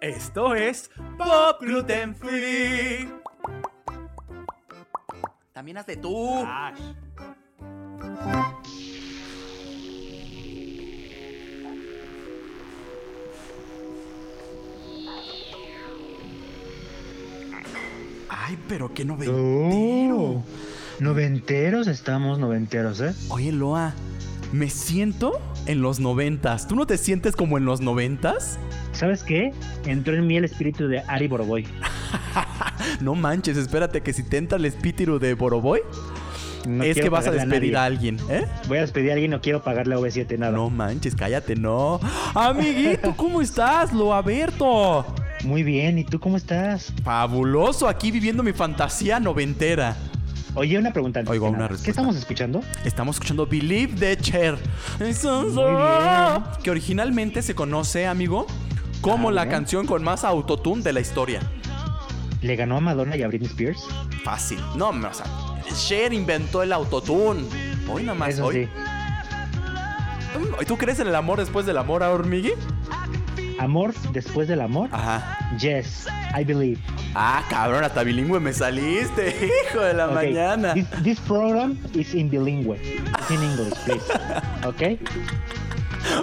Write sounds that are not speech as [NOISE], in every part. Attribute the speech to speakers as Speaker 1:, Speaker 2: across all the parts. Speaker 1: Esto es Pop Gluten Free. También haz de tú.
Speaker 2: Ash.
Speaker 3: Ay, pero qué novedad.
Speaker 4: Oh, noventeros estamos, noventeros, ¿eh?
Speaker 1: Oye, Loa, me siento en los noventas. ¿Tú no te sientes como en los noventas?
Speaker 4: ¿Sabes qué? Entró en mí el espíritu de Ari Boroboy.
Speaker 1: No manches, espérate que si te entra el espíritu de Boroboy,
Speaker 4: No
Speaker 1: es
Speaker 4: quiero
Speaker 1: que vas a
Speaker 4: pagarle
Speaker 1: despedir a,
Speaker 4: nadie.
Speaker 1: alguien, ¿eh?
Speaker 4: Voy a despedir a alguien, no quiero pagarle a V7 nada.
Speaker 1: No manches, cállate, no. Amiguito, ¿cómo estás, Loaberto?
Speaker 4: Muy bien, ¿y tú cómo estás?
Speaker 1: Fabuloso, aquí viviendo mi fantasía noventera.
Speaker 4: Oye, una pregunta. antes
Speaker 1: Oigo
Speaker 4: que
Speaker 1: una
Speaker 4: nada.
Speaker 1: respuesta.
Speaker 4: ¿Qué estamos escuchando?
Speaker 1: Estamos escuchando Believe the Cher. Que originalmente se conoce, amigo, como
Speaker 4: Ah,
Speaker 1: la
Speaker 4: bueno.
Speaker 1: canción con más autotune de la historia.
Speaker 4: ¿Le ganó a Madonna y a Britney Spears?
Speaker 1: Fácil. No, hombre, o sea, Cher inventó el autotune. Hoy nada más,
Speaker 4: Eso
Speaker 1: hoy. Mm, ¿Tú crees en el amor después del amor, ahora, hormigui?
Speaker 4: sí. ¿Amor después del amor?
Speaker 1: Ajá.
Speaker 4: Yes, I believe.
Speaker 1: Ah, cabrón, hasta bilingüe me saliste, [LAUGHS] hijo de la
Speaker 4: Ok,
Speaker 1: mañana.
Speaker 4: This, this program is in bilingue. It's in English, please.
Speaker 1: [LAUGHS]
Speaker 4: ¿Ok?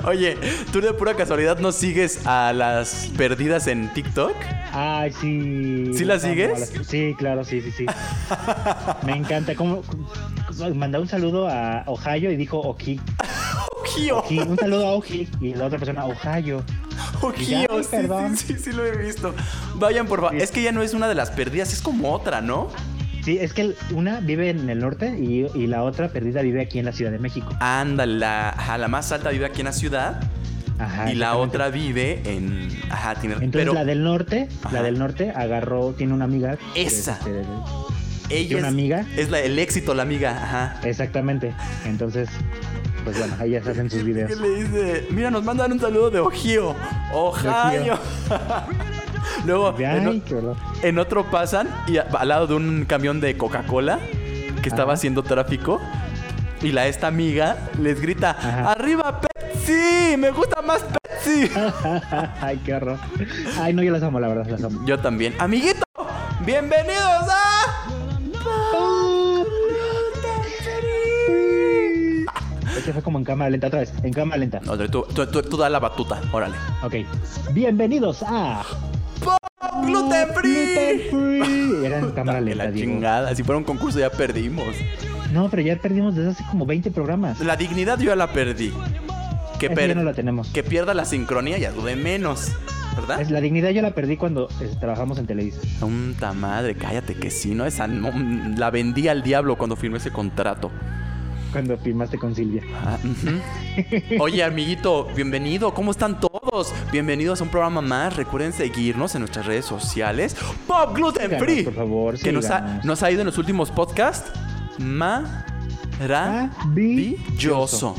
Speaker 1: Oye, ¿tú de pura casualidad no sigues a las perdidas en TikTok?
Speaker 4: Ay, sí.
Speaker 1: ¿Sí la
Speaker 4: Las amo,
Speaker 1: sigues?
Speaker 4: las- Sí, claro,
Speaker 1: [LAUGHS]
Speaker 4: sí, sí, sí. Me encanta. Como, mandé un saludo a Ohio y dijo Oki.
Speaker 1: ¡Ojio!
Speaker 4: Oki. Un saludo a Oki y la otra persona Ohio.
Speaker 1: ¡Ojio!
Speaker 4: Ya, ay,
Speaker 1: Sí,
Speaker 4: perdón.
Speaker 1: sí, sí, sí, lo he visto. Vayan, por favor.
Speaker 4: Sí.
Speaker 1: Es que ya no es una de las perdidas, es como otra, ¿no?
Speaker 4: Sí, es que el- una vive en el norte y, y la otra perdida vive aquí en la Ciudad de México.
Speaker 1: Anda, Ah, la, ajá, la más alta vive aquí en la ciudad
Speaker 4: Ajá.
Speaker 1: y la
Speaker 4: Ah, exactamente.
Speaker 1: otra vive en... Ajá, tiene...
Speaker 4: Entonces
Speaker 1: pero
Speaker 4: la del norte,
Speaker 1: Ajá.
Speaker 4: la del norte agarró, tiene una amiga. que es,
Speaker 1: Esa.
Speaker 4: este,
Speaker 1: ella
Speaker 4: tiene una
Speaker 1: es-
Speaker 4: amiga.
Speaker 1: es la, el éxito, la amiga. Ajá.
Speaker 4: Exactamente. Entonces, pues bueno, ellas
Speaker 1: [LAUGHS]
Speaker 4: hacen sus
Speaker 1: ¿Qué
Speaker 4: videos.
Speaker 1: le dice? Mira, nos mandan un saludo de Ojio. Ohio.
Speaker 4: Ohio.
Speaker 1: [LAUGHS] Luego, en,
Speaker 4: Ay,
Speaker 1: o-
Speaker 4: qué horror. [LAUGHS]
Speaker 1: en otro pasan y a- al lado de un camión de Coca-Cola que estaba
Speaker 4: Ajá.
Speaker 1: haciendo tráfico. Y la esta amiga les grita:
Speaker 4: Ajá.
Speaker 1: ¡Arriba, Pepsi! ¡Me gusta más
Speaker 4: [LAUGHS]
Speaker 1: Pepsi!
Speaker 4: Ay, qué horror. Ay, no, yo las amo, la verdad, las amo.
Speaker 1: Yo también. ¡Amiguito! ¡Bienvenidos a.
Speaker 4: Este fue como en cámara lenta otra vez, en cámara lenta.
Speaker 1: Otra, tú, tú, tú- tú da la batuta, órale.
Speaker 4: Ok. Bienvenidos a
Speaker 1: ¡Gluten
Speaker 4: Gluten
Speaker 1: free!
Speaker 4: Free.
Speaker 1: [LAUGHS]
Speaker 4: Era en cámara
Speaker 1: De
Speaker 4: lenta,
Speaker 1: la
Speaker 4: Diego.
Speaker 1: chingada, si fuera un concurso ya perdimos.
Speaker 4: No, pero ya perdimos desde hace como 20 programas.
Speaker 1: La dignidad yo ya la perdí. Que,
Speaker 4: Esa
Speaker 1: per-
Speaker 4: ya no la tenemos.
Speaker 1: que pierda la sincronía ya dude menos, ¿verdad?
Speaker 4: Es- La dignidad yo la perdí cuando eh, trabajamos en Televisa.
Speaker 1: Tonta madre, cállate que sí, ¿no? Esa no- la vendí al diablo cuando firmé ese contrato.
Speaker 4: Cuando firmaste con Silvia.
Speaker 1: Ah,
Speaker 4: [LAUGHS]
Speaker 1: ujú. Oye, amiguito, bienvenido. ¿Cómo están todos? Bienvenidos a un programa más. Recuerden seguirnos en nuestras redes sociales. Pop Gluten
Speaker 4: Síganos,
Speaker 1: Free.
Speaker 4: por favor,
Speaker 1: que nos ha,
Speaker 4: síganos.
Speaker 1: nos ha ido en los últimos podcasts. Maravilloso.
Speaker 4: Maravilloso.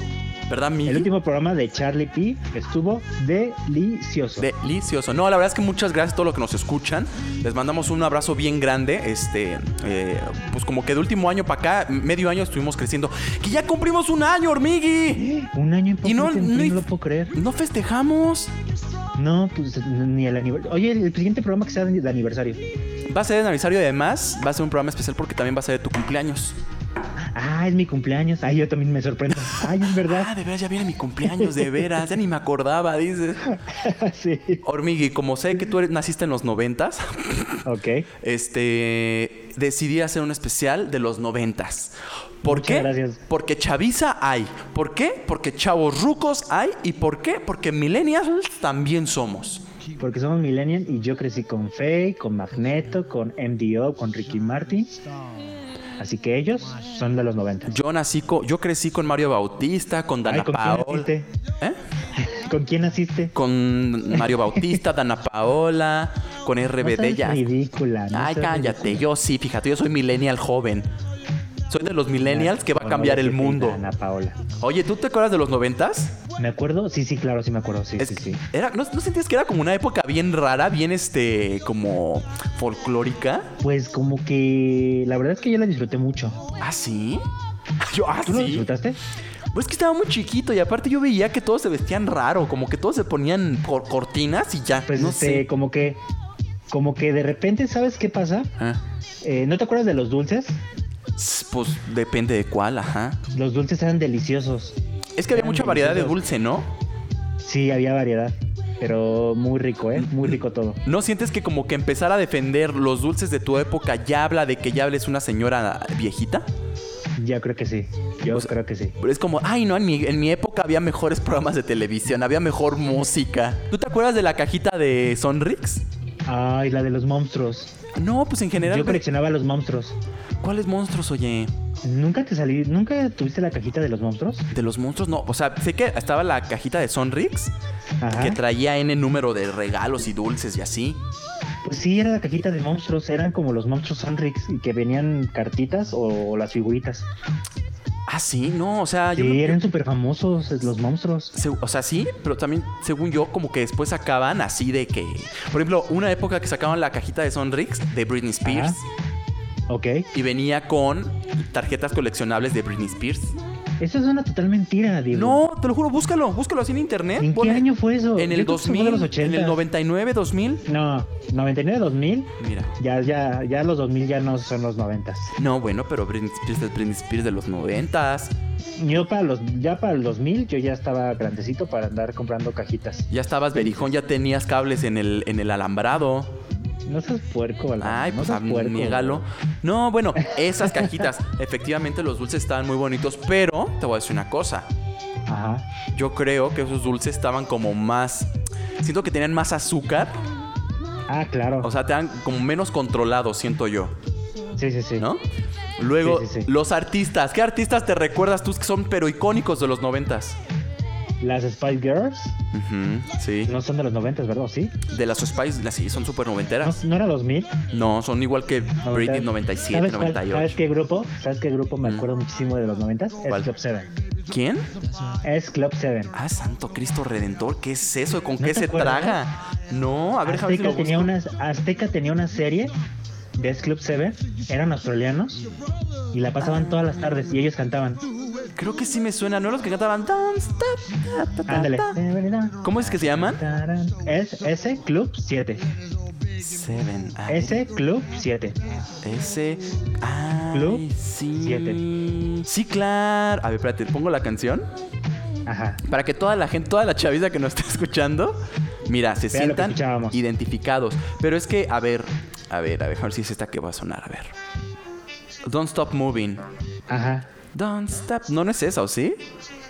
Speaker 1: ¿Verdad, amiguito?
Speaker 4: El último programa de Charlie P estuvo delicioso.
Speaker 1: Delicioso. No, la verdad es que muchas gracias a todos los que nos escuchan. Les mandamos un abrazo bien grande. Este, eh, pues como que de último año para acá, medio año estuvimos creciendo. Que ya cumplimos un año, hormigui.
Speaker 4: ¡Eh! Un año en
Speaker 1: Y no-
Speaker 4: no,
Speaker 1: no hay-
Speaker 4: no lo puedo creer.
Speaker 1: No festejamos.
Speaker 4: No, pues ni el aniversario. Oye, el siguiente programa que sea de de aniversario.
Speaker 1: Va a ser el aniversario y además va a ser un programa especial porque también va a ser de tu cumpleaños.
Speaker 4: Ah, es mi cumpleaños. Ay, yo también me sorprendo. Ay, es
Speaker 1: Ah, [LAUGHS]
Speaker 4: verdad. [LAUGHS]
Speaker 1: de veras, ya viene mi cumpleaños, de veras. Ya ni me acordaba, dices.
Speaker 4: sí.
Speaker 1: Hormigui, como sé que tú eres- naciste en los noventas,
Speaker 4: Ok.
Speaker 1: este, decidí hacer un especial de los noventas. ¿Por
Speaker 4: Muchas
Speaker 1: qué?
Speaker 4: gracias.
Speaker 1: Porque chaviza hay. ¿Por qué? Porque chavos rucos hay. ¿Y por qué? Porque millennials también somos.
Speaker 4: Porque somos millennial y yo crecí con Faye, con Magneto, con MDO, con Ricky Martin. Así que ellos son de los 90.
Speaker 1: Yo nací co- yo crecí con Mario Bautista, con Dana
Speaker 4: Ay, ¿con, quién
Speaker 1: Paola.
Speaker 4: naciste?
Speaker 1: ¿Eh?
Speaker 4: ¿Con quién naciste?
Speaker 1: Con Mario Bautista, Dana Paola, con
Speaker 4: No
Speaker 1: RBD
Speaker 4: seas
Speaker 1: ya.
Speaker 4: ridícula. no
Speaker 1: Ay,
Speaker 4: seas
Speaker 1: cállate,
Speaker 4: ridícula.
Speaker 1: yo sí, fíjate, yo soy millennial joven. Soy de los millennials que va a
Speaker 4: Con
Speaker 1: cambiar el
Speaker 4: Oasis y
Speaker 1: mundo.
Speaker 4: Ana Paola.
Speaker 1: Oye, ¿tú te acuerdas de los noventas?
Speaker 4: ¿Me acuerdo? Sí, sí, claro, sí me acuerdo. Sí,
Speaker 1: Es-
Speaker 4: sí, sí.
Speaker 1: Era, ¿no, no sentías que era como una época bien rara, bien este, como folclórica?
Speaker 4: Pues como que la verdad es que yo la disfruté mucho.
Speaker 1: ¿Ah, sí? [LAUGHS] Yo, ¿ah,
Speaker 4: ¿Tú lo
Speaker 1: sí?
Speaker 4: disfrutaste?
Speaker 1: Pues es que estaba muy chiquito y aparte yo veía que todos se vestían raro, como que todos se ponían por cortinas y ya.
Speaker 4: Pues
Speaker 1: no
Speaker 4: este,
Speaker 1: sé.
Speaker 4: como que, como que de repente, ¿sabes qué pasa?
Speaker 1: Ah,
Speaker 4: Eh, ¿No te acuerdas de los dulces?
Speaker 1: s- Pues depende de cuál, ajá.
Speaker 4: Los dulces eran deliciosos.
Speaker 1: Es que había
Speaker 4: Eran
Speaker 1: mucha variedad de
Speaker 4: deliciosos.
Speaker 1: dulce, ¿no?
Speaker 4: Sí, había variedad, pero muy rico, ¿eh? Muy rico todo.
Speaker 1: ¿No sientes que como que empezar a defender los dulces de tu época ya habla de que ya hables una señora viejita?
Speaker 4: Yo creo que sí. Yo
Speaker 1: O sea,
Speaker 4: creo que sí.
Speaker 1: Pero es como, ay, no, en mi, en mi época había mejores programas de televisión, había mejor música. ¿Tú te acuerdas de la cajita de Sonrix?
Speaker 4: Ay, la de los monstruos.
Speaker 1: No, pues en general,
Speaker 4: Yo coleccionaba los monstruos.
Speaker 1: ¿cuáles monstruos, oye?
Speaker 4: ¿Nunca te salí? ¿Nunca tuviste la cajita de los monstruos?
Speaker 1: De los monstruos, no. O sea, sé que estaba la cajita de Sonrix, que
Speaker 4: Ajá.
Speaker 1: traía N número de regalos y dulces y así.
Speaker 4: Pues sí, era la cajita de monstruos. Eran como los monstruos Sonrix y que venían cartitas o las figuritas.
Speaker 1: Ah, sí, no, o sea, yo
Speaker 4: Sí,
Speaker 1: me-
Speaker 4: eran súper famosos es- los monstruos.
Speaker 1: Se- O sea, sí, pero también, según yo, como que después sacaban así de que. Por ejemplo, una época que sacaban la cajita de Sonrix de Britney Spears
Speaker 4: Ok.
Speaker 1: y venía con tarjetas coleccionables de Britney Spears.
Speaker 4: Eso es una total mentira, Diego.
Speaker 1: No, te lo juro, búscalo, búscalo así en internet.
Speaker 4: ¿En qué
Speaker 1: Pone-
Speaker 4: año fue eso?
Speaker 1: En el
Speaker 4: Yo creo que eso fue
Speaker 1: 2000,
Speaker 4: de los
Speaker 1: en
Speaker 4: 80.
Speaker 1: el 99, 2000.
Speaker 4: No, 99, 2000.
Speaker 1: Mira.
Speaker 4: Ya, ya, ya los 2000 ya no son los 90.
Speaker 1: No, bueno, pero Britney Spears es Britney Spears de los 90s.
Speaker 4: Yo para los, ya para el 2000 yo ya estaba grandecito para andar comprando cajitas.
Speaker 1: Ya estabas berijón, ya tenías cables en el, en el alambrado.
Speaker 4: No seas puerco, Alan,
Speaker 1: Ay,
Speaker 4: no
Speaker 1: pues
Speaker 4: seas
Speaker 1: am-
Speaker 4: puerco.
Speaker 1: niégalo. No, bueno, esas
Speaker 4: [LAUGHS]
Speaker 1: cajitas. Efectivamente, los dulces estaban muy bonitos, pero te voy a decir una cosa.
Speaker 4: Ajá.
Speaker 1: Yo creo que esos dulces estaban como más. Siento que tenían más azúcar.
Speaker 4: Ah, claro.
Speaker 1: O sea, te dan como menos controlados, siento yo.
Speaker 4: sí, sí, sí.
Speaker 1: ¿No? Luego,
Speaker 4: Sí, sí, sí.
Speaker 1: los artistas. ¿Qué artistas te recuerdas tú que son pero icónicos de los noventas?
Speaker 4: Las Spice Girls
Speaker 1: Ujú, sí.
Speaker 4: no son de los 90, ¿verdad? ¿O ¿Sí?
Speaker 1: De las Spice, las sí, son súper
Speaker 4: ¿No,
Speaker 1: noventeras.
Speaker 4: no era 2000?
Speaker 1: No, son igual que Britney 97,
Speaker 4: ¿Sabes, cuál-
Speaker 1: 98.
Speaker 4: ¿Sabes qué grupo? ¿Sabes qué grupo me
Speaker 1: Mm.
Speaker 4: acuerdo muchísimo de los 90?
Speaker 1: ¿Cuál?
Speaker 4: Es Club 7.
Speaker 1: ¿Quién?
Speaker 4: Es Club 7.
Speaker 1: Ah, Santo Cristo Redentor, ¿qué es eso? ¿Con
Speaker 4: ¿No
Speaker 1: qué
Speaker 4: te
Speaker 1: se
Speaker 4: acuerdas?
Speaker 1: traga? No, a ver, déjame ver si
Speaker 4: Azteca
Speaker 1: lo
Speaker 4: tenía,
Speaker 1: busco.
Speaker 4: una, Azteca tenía una serie de S Club 7, eran australianos y la pasaban todas las tardes y ellos cantaban.
Speaker 1: Creo que sí me suena, ¿no? Los que cantaban Don't Stop. ta, ta, ta,
Speaker 4: Ándale.
Speaker 1: ta. ¿Cómo es que se llaman?
Speaker 4: Es S Club 7.
Speaker 1: Seven. a ver.
Speaker 4: S Club 7.
Speaker 1: Ese. Ah,
Speaker 4: Club
Speaker 1: sí.
Speaker 4: siete.
Speaker 1: Sí, claro. A ver, espérate, pongo la canción.
Speaker 4: Ajá.
Speaker 1: Para que toda la gente, toda la chaviza que nos está escuchando, mira, se
Speaker 4: Vea lo que
Speaker 1: sientan
Speaker 4: escuchábamos.
Speaker 1: identificados. Pero es que, a ver, a ver, a ver, a ver si es esta que va a sonar, a ver. Don't stop moving.
Speaker 4: Ajá.
Speaker 1: Don't stop. No, no es esa, ¿o sí?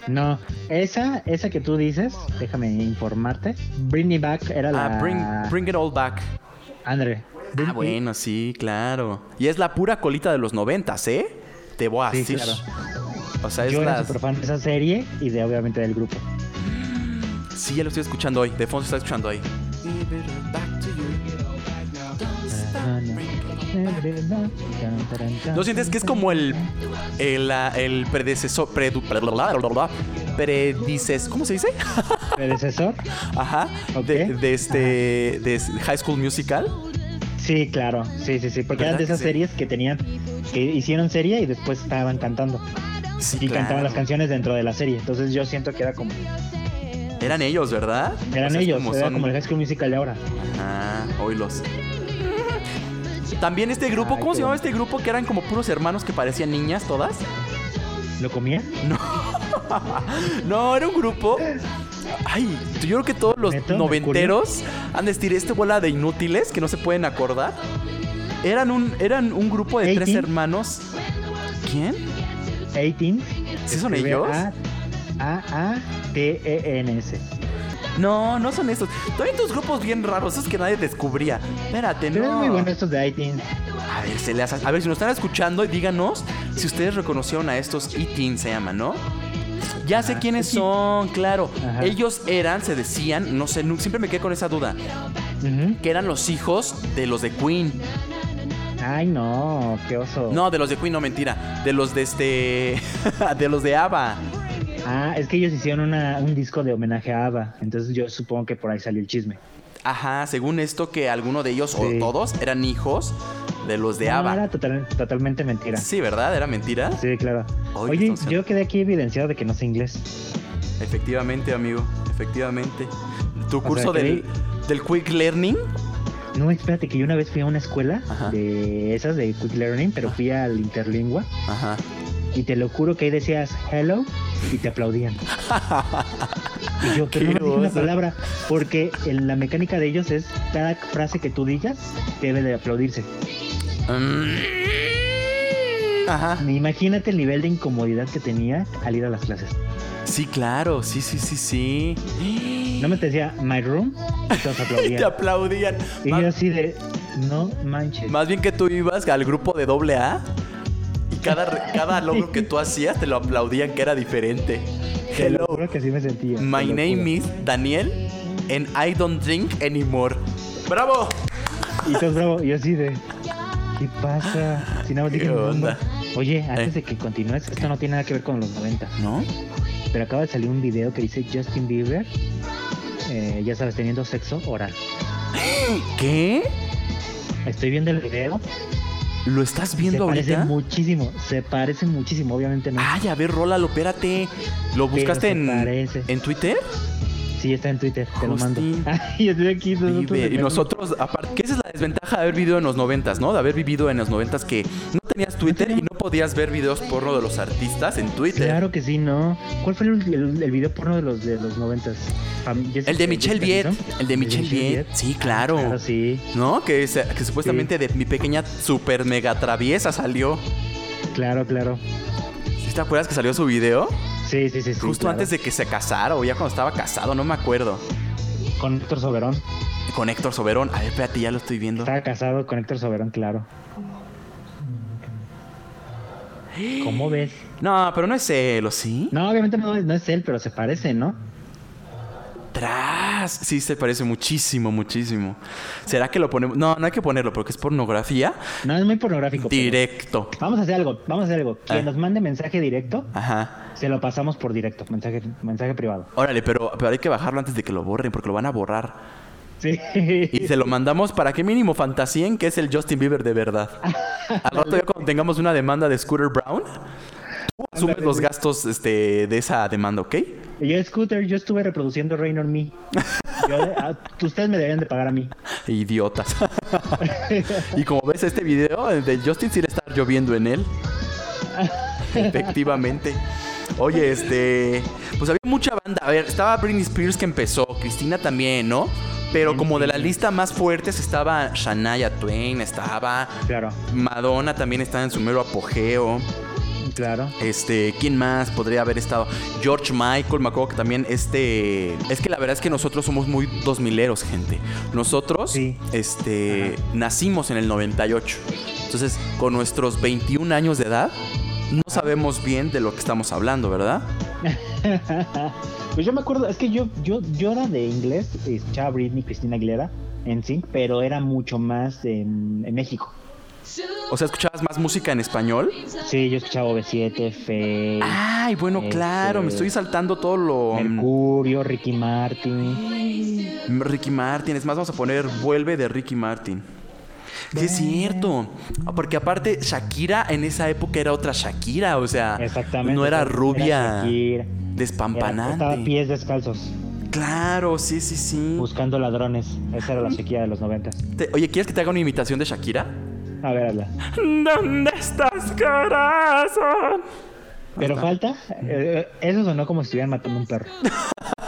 Speaker 4: No, esa, esa que tú dices, déjame informarte. Bring me back era la.
Speaker 1: Ah, bring, bring it all back.
Speaker 4: Andre.
Speaker 1: Ah, bueno, sí, claro. Y es la pura colita de los noventas, ¿eh? Te voy a
Speaker 4: Sí,
Speaker 1: decir. O sea, es
Speaker 4: Yo era
Speaker 1: la...
Speaker 4: súper fan de esa serie y de obviamente del grupo.
Speaker 1: Sí, ya lo estoy escuchando hoy. Defonso está escuchando hoy. ¿No sientes que es como el el, ah, el predecesor predu- blablabla, blablabla, predices ¿cómo se dice?
Speaker 4: predecesor?
Speaker 1: Ajá,
Speaker 4: Ok.
Speaker 1: de, de este de High School Musical.
Speaker 4: Sí, claro, sí, sí, sí, porque eran
Speaker 1: ¿Verdad que
Speaker 4: de esas
Speaker 1: sí?
Speaker 4: series que tenían, que hicieron serie y después estaban cantando
Speaker 1: Sí,
Speaker 4: y cantaban
Speaker 1: claro.
Speaker 4: las canciones dentro de la serie. Entonces yo siento que era como,
Speaker 1: Eran ellos, ¿verdad?
Speaker 4: eran
Speaker 1: O sea, es
Speaker 4: ellos,
Speaker 1: como
Speaker 4: era
Speaker 1: son-
Speaker 4: como el High School Musical de ahora.
Speaker 1: Ah, oílos. También este grupo,
Speaker 4: Ay,
Speaker 1: ¿cómo
Speaker 4: qué
Speaker 1: se llamaba
Speaker 4: bonito.
Speaker 1: este grupo que eran como puros hermanos que parecían niñas todas?
Speaker 4: ¿Lo comía?
Speaker 1: No, era un grupo. Ay, yo creo que todos los
Speaker 4: ¿Neto?
Speaker 1: noventeros han de decir este bola de inútiles que no se pueden acordar. Eran un, eran un grupo de tres
Speaker 4: ¿Eighteen?
Speaker 1: hermanos. ¿Quién?
Speaker 4: 18.
Speaker 1: ¿Sí son
Speaker 4: Escribe
Speaker 1: ellos?
Speaker 4: A- A-A-T-E-N-S.
Speaker 1: No, no son esos. También tus grupos bien raros, esos que nadie descubría. Espérate,
Speaker 4: Pero
Speaker 1: no.
Speaker 4: es muy bueno estos de 18.
Speaker 1: A ver, se les hace- a ver, si nos están escuchando, díganos si ustedes reconocieron a estos E-Teen, se llaman, ¿no? Ya sé
Speaker 4: Ajá.
Speaker 1: quiénes
Speaker 4: Ah, Sí.
Speaker 1: son, claro.
Speaker 4: Ajá.
Speaker 1: Ellos eran, se decían, no sé, nu- siempre me quedé con esa duda,
Speaker 4: Ujú.
Speaker 1: que eran los hijos de los de Queen.
Speaker 4: Ay, no, qué oso.
Speaker 1: No, de los de Queen, no, mentira. De los de este. [LAUGHS] de los de ABBA.
Speaker 4: Ah, es que ellos hicieron una- un disco de homenaje a ABBA. Entonces yo supongo que por ahí salió el chisme.
Speaker 1: Ajá, según esto, que alguno de ellos o
Speaker 4: Sí.
Speaker 1: todos eran hijos de los de
Speaker 4: No,
Speaker 1: ABBA.
Speaker 4: era total- totalmente mentira.
Speaker 1: Sí, ¿verdad? ¿Era mentira?
Speaker 4: Sí, claro.
Speaker 1: Oye,
Speaker 4: Oye,
Speaker 1: entonces-
Speaker 4: yo quedé aquí evidenciado de que no sé inglés.
Speaker 1: Efectivamente, amigo. Efectivamente. Tu
Speaker 4: O
Speaker 1: curso
Speaker 4: sea,
Speaker 1: del, del Quick Learning.
Speaker 4: No, espérate, que yo una vez fui a una escuela
Speaker 1: Ajá.
Speaker 4: de esas de Quick Learning, pero fui al Interlingua
Speaker 1: Ajá.
Speaker 4: y te lo juro que ahí decías hello y
Speaker 1: [LAUGHS]
Speaker 4: te aplaudían. y yo,
Speaker 1: Qué
Speaker 4: pero no me dije una
Speaker 1: oso.
Speaker 4: palabra, porque en la mecánica de ellos es cada frase que tú digas debe de aplaudirse.
Speaker 1: Mm. Ajá.
Speaker 4: Imagínate el nivel de incomodidad que tenía al ir a las clases.
Speaker 1: Sí, claro. Sí, sí, sí, sí.
Speaker 4: No me te decía my room y
Speaker 1: [LAUGHS]
Speaker 4: todos
Speaker 1: Y [GASPS] te
Speaker 4: aplaudían.
Speaker 1: aplaudían.
Speaker 4: y
Speaker 1: Más,
Speaker 4: yo así de, no manches.
Speaker 1: más bien que tú ibas al grupo de doble A y cada, re-
Speaker 4: [LAUGHS]
Speaker 1: cada logro que tú hacías te lo aplaudían que era diferente.
Speaker 4: Te lo
Speaker 1: Hello.
Speaker 4: juro que así me sentía.
Speaker 1: My name is Daniel and I don't drink anymore. ¡Bravo!
Speaker 4: Y estás bravo, y yo así de. ¿Qué pasa? Si nada más
Speaker 1: ¿Qué
Speaker 4: dije mi nombre.
Speaker 1: onda?
Speaker 4: Oye, antes
Speaker 1: Eh.
Speaker 4: de que continúes, esto no tiene nada que ver con los 90.
Speaker 1: ¿No?
Speaker 4: Pero acaba de salir un video que dice Justin Bieber, eh, ya sabes, teniendo sexo oral.
Speaker 1: ¿Qué?
Speaker 4: Estoy viendo el video.
Speaker 1: ¿Lo estás
Speaker 4: Se
Speaker 1: viendo
Speaker 4: parece
Speaker 1: ahorita? Ah.
Speaker 4: muchísimo. Se parece muchísimo, obviamente no.
Speaker 1: Ay, a ver, Rólalo, espérate. ¿Lo
Speaker 4: Pero
Speaker 1: buscaste
Speaker 4: se
Speaker 1: en,
Speaker 4: parece.
Speaker 1: en Twitter?
Speaker 4: Sí, está en Twitter, te lo mando. [LAUGHS]
Speaker 1: Justin
Speaker 4: Ay, estoy aquí.
Speaker 1: Vive. Y
Speaker 4: defendiendo.
Speaker 1: nosotros, aparte, que esa es la desventaja de haber vivido en los noventas, ¿no? De haber vivido en los noventas que no tenías Twitter y no podías ver videos porno de los artistas en Twitter.
Speaker 4: Claro que sí, ¿no? ¿Cuál fue el, el- el video porno de los de los noventas? Fam- Jessica-
Speaker 1: El de Michelle Viet.
Speaker 4: Jessica
Speaker 1: El de Michelle Viet. Sí, claro.
Speaker 4: Ah, Claro, sí.
Speaker 1: ¿No? Que, se- que supuestamente de mi pequeña super mega traviesa salió.
Speaker 4: Claro, claro.
Speaker 1: ¿Sí ¿Te acuerdas que salió su video?
Speaker 4: Sí, sí, sí. sí,
Speaker 1: Justo
Speaker 4: claro.
Speaker 1: antes de que se casara o ya cuando estaba casado, no me acuerdo.
Speaker 4: Con Héctor Soberón.
Speaker 1: Con Héctor Soberón. A ver, espérate, ya lo estoy viendo.
Speaker 4: Estaba casado con Héctor Soberón, claro. ¿Cómo ves?
Speaker 1: No, pero no es celo, ¿sí?
Speaker 4: No, obviamente no es, no es él, pero se parece, ¿no?
Speaker 1: Tras. Sí, se parece muchísimo, muchísimo. ¿Será que lo ponemos? No, no hay que ponerlo porque es pornografía.
Speaker 4: No, es muy pornográfico. pero-
Speaker 1: Directo.
Speaker 4: Vamos a hacer algo, vamos a hacer algo. Quien
Speaker 1: Ah.
Speaker 4: nos mande mensaje directo,
Speaker 1: Ajá.
Speaker 4: se lo pasamos por directo, mensaje, mensaje privado.
Speaker 1: Órale, pero, pero hay que bajarlo antes de que lo borren porque lo van a borrar.
Speaker 4: Sí.
Speaker 1: Y se lo mandamos para qué mínimo fantasíen que es el Justin Bieber de verdad. Al rato ya cuando tengamos una demanda de Scooter Brown, tú asumes los gastos este, de esa demanda, ¿ok?
Speaker 4: Y Yo, Scooter, yo estuve reproduciendo Rain on Me. Yo- a- ustedes me deberían de pagar a mí.
Speaker 1: Idiotas. y como ves este video, el de Justin sí le está lloviendo en él. Efectivamente. Oye, este. Pues había mucha banda. A ver, estaba Britney Spears que empezó, Cristina también, ¿no? Pero como de la lista más fuertes estaba Shania Twain, estaba
Speaker 4: Claro,
Speaker 1: Madonna también estaba en su mero apogeo.
Speaker 4: claro.
Speaker 1: Este, ¿quién más podría haber estado? George Michael, me acuerdo que también este. Es que la verdad es que nosotros somos muy dos mileros, gente. Nosotros,
Speaker 4: Sí.
Speaker 1: este, nacimos en el 98. Entonces, con nuestros 21 años de edad, no sabemos bien de lo que estamos hablando, ¿verdad?
Speaker 4: pues yo me acuerdo, es que yo, yo, yo era de inglés, escuchaba a Britney, Cristina Aguilera en sí, pero era mucho más en, en México.
Speaker 1: O sea, escuchabas más música en español.
Speaker 4: Sí, yo escuchaba OV7, Fe,
Speaker 1: Ay, bueno,
Speaker 4: Este-
Speaker 1: claro, me estoy saltando todo lo.
Speaker 4: Mercurio, Ricky Martin.
Speaker 1: Ricky Martin, es más, vamos a poner Vuelve de Ricky Martin. Que es cierto, porque aparte Shakira en esa época era otra Shakira, o sea,
Speaker 4: Exactamente.
Speaker 1: no era
Speaker 4: era
Speaker 1: rubia
Speaker 4: Shakira, era- Estaba Pues- a
Speaker 1: despampanante.
Speaker 4: pies descalzos,
Speaker 1: claro, sí, sí, sí.
Speaker 4: buscando ladrones. Esa era la sequía de los noventas.
Speaker 1: Te- oye, ¿quieres que te haga una imitación de Shakira?
Speaker 4: A ver, habla.
Speaker 1: ¿Dónde estás, corazón?
Speaker 4: Pero falta, eh, eso sonó como si estuvieran matando un perro.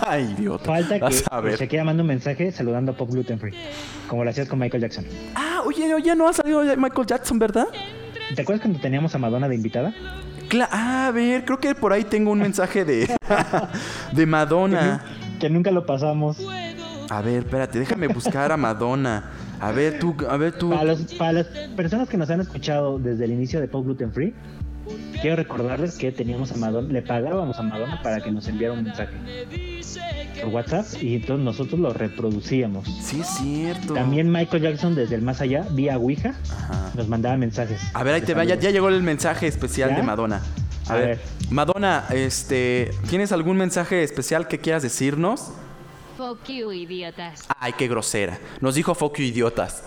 Speaker 1: Ay, idiota.
Speaker 4: Falta
Speaker 1: [LAUGHS]
Speaker 4: que
Speaker 1: Vas a ver.
Speaker 4: Shakira manda un mensaje saludando a Pop Gluten Free, como lo hacías con Michael Jackson.
Speaker 1: Ah, oye, oye, no ha salido Michael Jackson, ¿verdad?
Speaker 4: ¿Te acuerdas cuando teníamos a Madonna de invitada?
Speaker 1: Cla- ah, a ver, creo que por ahí tengo un mensaje de, [LAUGHS] de Madonna.
Speaker 4: Que nunca lo pasamos.
Speaker 1: A ver, espérate, déjame buscar a Madonna. A ver, tú, a ver, tú.
Speaker 4: Para, los- para las personas que nos han escuchado desde el inicio de Pop Gluten Free, quiero recordarles que teníamos a Madonna, le pagábamos a Madonna para que nos enviara un mensaje por WhatsApp y entonces nosotros lo reproducíamos.
Speaker 1: Sí, es cierto.
Speaker 4: También Michael Jackson desde el más allá, vía Ouija,
Speaker 1: Ajá.
Speaker 4: nos mandaba mensajes.
Speaker 1: A ver, ahí
Speaker 4: de
Speaker 1: te va, ya,
Speaker 4: saludos.
Speaker 1: ya llegó el mensaje especial
Speaker 4: ¿Ya?
Speaker 1: de Madonna. A,
Speaker 4: A
Speaker 1: ver.
Speaker 4: ver.
Speaker 1: Madonna, este, ¿tienes algún mensaje especial que quieras decirnos?
Speaker 2: Fuck you, idiotas.
Speaker 1: Ay, qué grosera. Nos dijo fuck you, idiotas.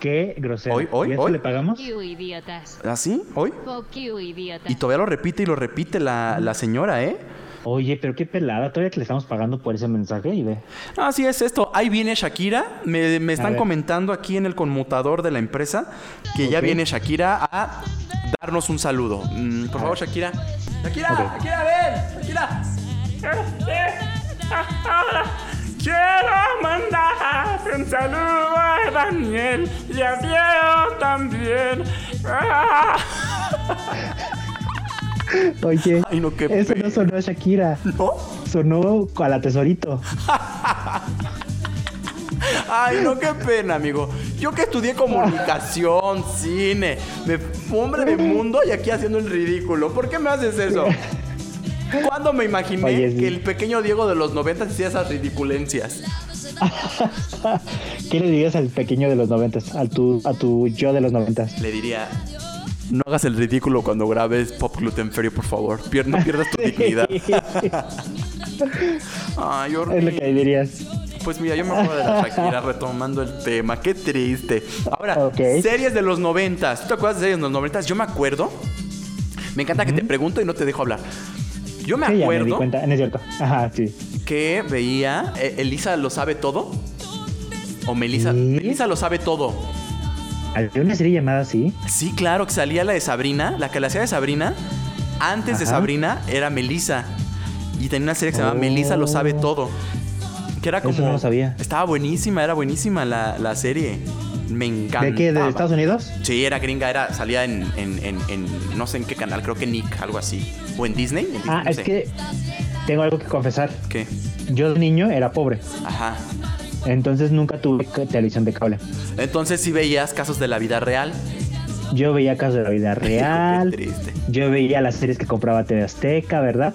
Speaker 4: Qué grosero.
Speaker 1: Hoy, hoy,
Speaker 4: ¿Y eso
Speaker 1: hoy.
Speaker 4: le pagamos?
Speaker 2: Fuck you, idiotas.
Speaker 1: ¿Así? ¿Ah, ¿Hoy?
Speaker 2: Fuck you, idiotas.
Speaker 1: Y todavía lo repite y lo repite la, la señora, ¿eh?
Speaker 4: Oye, pero qué pelada, todavía que le estamos pagando por ese mensaje y ve.
Speaker 1: Así es esto. Ahí viene Shakira. Me, me están
Speaker 4: ver.
Speaker 1: comentando aquí en el conmutador de la empresa que ya
Speaker 4: Ok.
Speaker 1: viene Shakira a darnos un saludo. Mm, por favor, Shakira. Shakira,
Speaker 4: Ok.
Speaker 1: Shakira, ven. Shakira. Este, [LAUGHS]
Speaker 5: Quiero mandar un saludo a Daniel y a Diego
Speaker 1: [LAUGHS]
Speaker 5: también. Ah.
Speaker 4: Oye,
Speaker 1: Ay, no, qué
Speaker 4: eso
Speaker 1: pena.
Speaker 4: no sonó a Shakira,
Speaker 1: ¿No?
Speaker 4: sonó a la tesorito.
Speaker 1: Ay, no, qué pena, amigo. Yo que estudié comunicación, cine, me, hombre de mundo y aquí haciendo el ridículo. ¿Por qué me haces eso? ¿Cuándo me imaginé
Speaker 4: Oye, sí.
Speaker 1: que el pequeño Diego de los 90 hacía esas ridiculencias?
Speaker 4: ¿Qué le dirías al pequeño de los noventas, al tu, a tu yo de los noventas?
Speaker 1: Le diría, no hagas el ridículo cuando grabes Pop Gluten Free, por favor. Pier- no pierdas
Speaker 4: [LAUGHS]
Speaker 1: tu dignidad. Ay,
Speaker 4: Es lo que le
Speaker 1: Orni.
Speaker 4: dirías.
Speaker 1: Pues mira, yo me acuerdo
Speaker 4: [LAUGHS]
Speaker 1: de la Shakira retomando el tema. Qué triste. Ahora,
Speaker 4: Ok.
Speaker 1: series de los noventas. ¿Tú te acuerdas de series de los noventas? Yo me acuerdo. Me encanta que te pregunto y no te dejo hablar. Yo me
Speaker 4: Sí, ya me di
Speaker 1: acuerdo
Speaker 4: cuenta, no es cierto. Ajá, sí.
Speaker 1: que veía eh, Elisa lo sabe todo. O Melisa.
Speaker 4: ¿Sí?
Speaker 1: Melisa lo sabe todo.
Speaker 4: Había una serie llamada así.
Speaker 1: Sí, claro, que salía la de Sabrina. La que la hacía de Sabrina, antes de
Speaker 4: Ajá.
Speaker 1: Sabrina, era Melissa. Y tenía una serie que se llamaba
Speaker 4: Oh.
Speaker 1: Melissa lo sabe todo. Que era
Speaker 4: Eso
Speaker 1: como.
Speaker 4: no lo sabía.
Speaker 1: Estaba buenísima, era buenísima la, la serie. Me encanta.
Speaker 4: ¿De qué? ¿De Estados Unidos?
Speaker 1: Sí, era gringa, era, salía en, en- en- en- no sé en qué canal, creo que Nick, algo así. O en Disney. en Disney,
Speaker 4: Ah,
Speaker 1: no
Speaker 4: es
Speaker 1: sé.
Speaker 4: que tengo algo que confesar.
Speaker 1: ¿Qué?
Speaker 4: Yo de niño era pobre,
Speaker 1: Ajá.
Speaker 4: entonces nunca tuve ca- televisión de cable.
Speaker 1: Entonces sí veías casos de la vida real. [LAUGHS]
Speaker 4: Yo veía casos de la vida
Speaker 1: Qué
Speaker 4: real.
Speaker 1: triste.
Speaker 4: Yo veía las series que compraba TV Azteca, ¿verdad?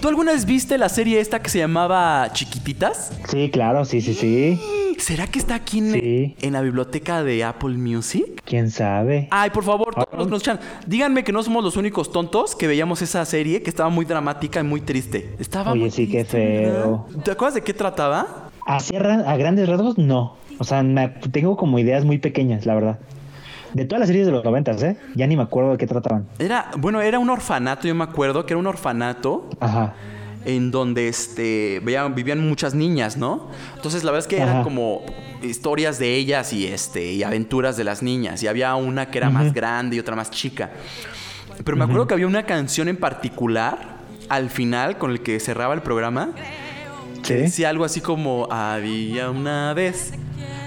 Speaker 1: ¿Tú alguna vez viste la serie esta que se llamaba Chiquititas?
Speaker 4: Sí, claro, sí, sí, sí.
Speaker 1: ¿Será que está aquí en,
Speaker 4: Sí.
Speaker 1: en la biblioteca de Apple Music?
Speaker 4: ¿Quién sabe?
Speaker 1: Ay, por favor, todos los que nos escuchan, díganme que no somos los únicos tontos que veíamos esa serie que estaba muy dramática y muy triste. Estaba
Speaker 4: Oye,
Speaker 1: muy
Speaker 4: sí, qué
Speaker 1: triste, ¿verdad?
Speaker 4: feo.
Speaker 1: ¿Te acuerdas de qué trataba?
Speaker 4: Así a, ra- a grandes rasgos, no. O sea, me- tengo como ideas muy pequeñas, la verdad. De todas las series de los noventas, ¿eh? Ya ni me acuerdo de qué trataban.
Speaker 1: Era, bueno, era un orfanato, yo me acuerdo que era un orfanato
Speaker 4: Ajá.
Speaker 1: en donde este, veían- vivían muchas niñas, ¿no? Entonces la verdad es que eran
Speaker 4: Ajá.
Speaker 1: como historias de ellas y, este, y aventuras de las niñas. Y había una que era más grande y otra más chica. Pero me acuerdo que había una canción en particular al final con el que cerraba el programa. Que
Speaker 4: Sí.
Speaker 1: decía algo así como, había una vez.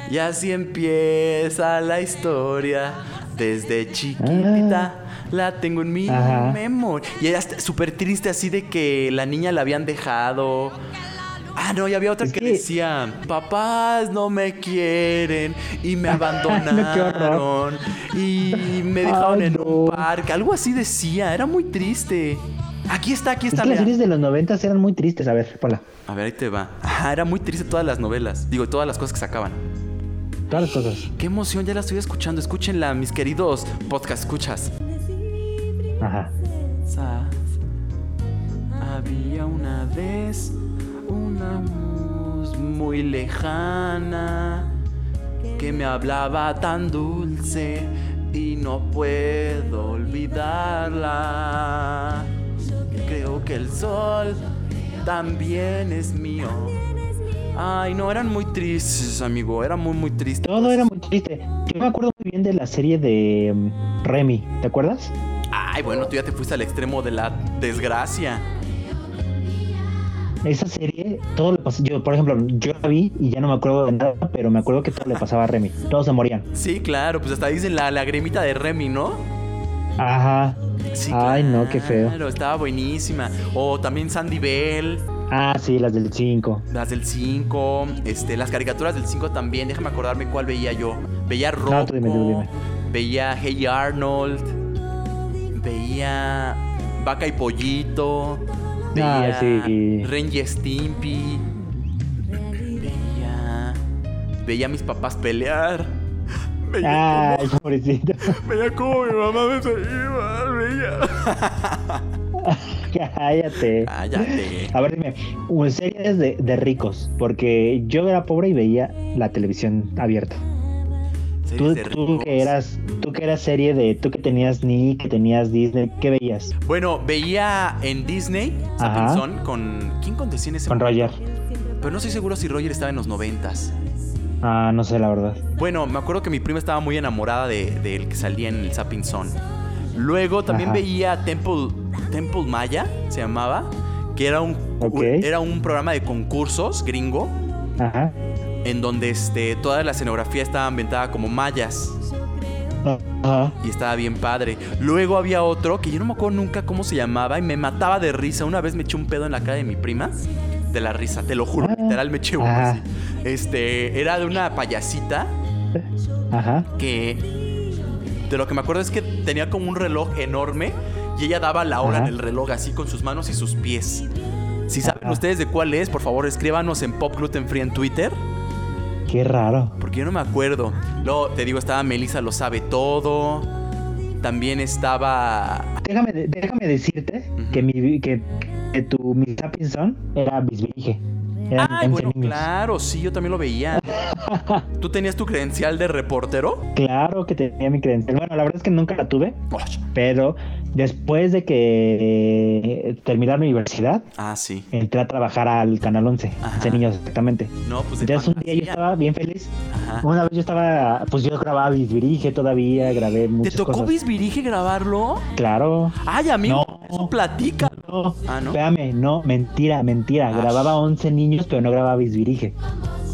Speaker 1: Y así empieza la historia. Desde chiquitita la tengo en mi
Speaker 4: Ah. Ajá.
Speaker 1: memoria. Y era hasta súper triste así de que la niña la habían dejado. Ah, no, y había otra
Speaker 4: Es
Speaker 1: que,
Speaker 4: que-
Speaker 1: decía, papás no me quieren y me
Speaker 4: [LAUGHS] Ay, no, qué horror.
Speaker 1: abandonaron y me dejaron
Speaker 4: Ay,
Speaker 1: en un
Speaker 4: no.
Speaker 1: parque. Algo así decía, era muy triste. Aquí está, aquí
Speaker 4: Es
Speaker 1: está.
Speaker 4: que las
Speaker 1: mira.
Speaker 4: series de los noventas eran muy tristes. A ver, ponla.
Speaker 1: A ver, ahí te va. Ajá, era muy triste todas las novelas. Digo, todas las cosas que sacaban.
Speaker 4: Todas las cosas.
Speaker 1: Qué emoción, ya la estoy escuchando. Escúchenla, mis queridos podcast escuchas.
Speaker 4: Ajá.
Speaker 1: Sa- Había una vez una voz muy lejana que me hablaba tan dulce y no puedo olvidarla. Creo que el sol también es mío. Ay, no, eran muy tristes, amigo. Eran muy, muy tristes.
Speaker 4: Todo era muy triste. Yo me acuerdo muy bien de la serie de mm, Remy, ¿te acuerdas?
Speaker 1: Ay, bueno, tú ya te fuiste al extremo de la desgracia.
Speaker 4: Esa serie, todo le pasaba. Yo, por ejemplo, yo la vi y ya no me acuerdo de nada, pero me acuerdo que todo le pasaba a Remy. Todos se morían.
Speaker 1: Sí, claro, pues hasta dicen la lagrimita de Remy, ¿no?
Speaker 4: Ajá.
Speaker 1: Sí,
Speaker 4: Ay, no, qué feo.
Speaker 1: Claro, estaba buenísima. O también Sandy Bell,
Speaker 4: Ah, sí, las del 5.
Speaker 1: las del 5, este, las caricaturas del 5 también, déjame acordarme cuál veía yo. Veía Rocco,
Speaker 4: tú dime, tú dime.
Speaker 1: veía Hey Arnold, veía Vaca y Pollito, veía
Speaker 4: Ay, Ah, sí.
Speaker 1: Ren y Stimpy, veía, veía a mis papás pelear. Veía
Speaker 4: Ay, pobrecito.
Speaker 1: cómo- veía cómo mi mamá me seguía, veía.
Speaker 4: [LAUGHS] Cállate.
Speaker 1: Cállate.
Speaker 4: A ver, dime, una serie de, de ricos, porque yo era pobre y veía la televisión abierta.
Speaker 1: Series
Speaker 4: Tú,
Speaker 1: de
Speaker 4: tú
Speaker 1: ricos.
Speaker 4: que eras, tú que eras serie de, tú que tenías Nick, que tenías Disney, ¿qué veías?
Speaker 1: Bueno, veía en Disney
Speaker 4: Ajá.
Speaker 1: Sapinson con. ¿Quién contestó en ese
Speaker 4: Con Roger.
Speaker 1: Pero no estoy seguro si Roger estaba en los noventas.
Speaker 4: Ah, no sé la verdad.
Speaker 1: Bueno, me acuerdo que mi prima estaba muy enamorada de- del que salía en el Sapping Zone. Luego también
Speaker 4: Ajá.
Speaker 1: veía Temple, Temple Maya, se llamaba, que era un,
Speaker 4: Ok.
Speaker 1: era un programa de concursos gringo
Speaker 4: Ajá.
Speaker 1: en donde este, toda la escenografía estaba ambientada como mayas
Speaker 4: Ajá.
Speaker 1: y estaba bien padre. Luego había otro que yo no me acuerdo nunca cómo se llamaba y me mataba de risa. Una vez me eché un pedo en la cara de mi prima de la risa, te lo juro,
Speaker 4: Ah.
Speaker 1: literal me eché uno
Speaker 4: Ajá.
Speaker 1: así. Este, era de una payasita
Speaker 4: Ajá.
Speaker 1: que de lo que me acuerdo es que tenía como un reloj enorme y ella daba la hora
Speaker 4: Ajá.
Speaker 1: en el reloj así con sus manos y sus pies. Si saben
Speaker 4: Ajá.
Speaker 1: ustedes de cuál es, por favor escríbanos en Pop Gluten Free en Twitter,
Speaker 4: Qué raro.
Speaker 1: porque yo no me acuerdo. Luego te digo, estaba Melissa lo sabe todo. También estaba.
Speaker 4: Déjame, de- déjame decirte
Speaker 1: Ujú.
Speaker 4: que mi que, que tu Miss Tapinson era bisbirige. Eran
Speaker 1: Ay, bueno,
Speaker 4: niños.
Speaker 1: claro, sí, yo también lo
Speaker 4: [LAUGHS]
Speaker 1: veía. ¿Tú tenías tu credencial de reportero?
Speaker 4: Claro que tenía mi credencial. Bueno, la verdad es que nunca la tuve,
Speaker 1: Osh.
Speaker 4: pero después de que eh, terminar mi universidad,
Speaker 1: Ah, sí.
Speaker 4: entré a trabajar al Canal 11,
Speaker 1: Ajá.
Speaker 4: de niños exactamente.
Speaker 1: No, pues de
Speaker 4: Entonces un día yo
Speaker 1: fantasía.
Speaker 4: estaba bien feliz.
Speaker 1: Ajá.
Speaker 4: Una vez yo estaba, pues yo grababa Bisbirige todavía, grabé
Speaker 1: ¿Te
Speaker 4: muchas
Speaker 1: tocó
Speaker 4: cosas.
Speaker 1: Bisbirige grabarlo?
Speaker 4: Claro.
Speaker 1: Ay, amigo,
Speaker 4: No.
Speaker 1: eso platica.
Speaker 4: No,
Speaker 1: Ah, ¿no?
Speaker 4: espérame, no, mentira, mentira.
Speaker 1: Ah.
Speaker 4: Grababa 11 niños, pero no grababa Bisbirige.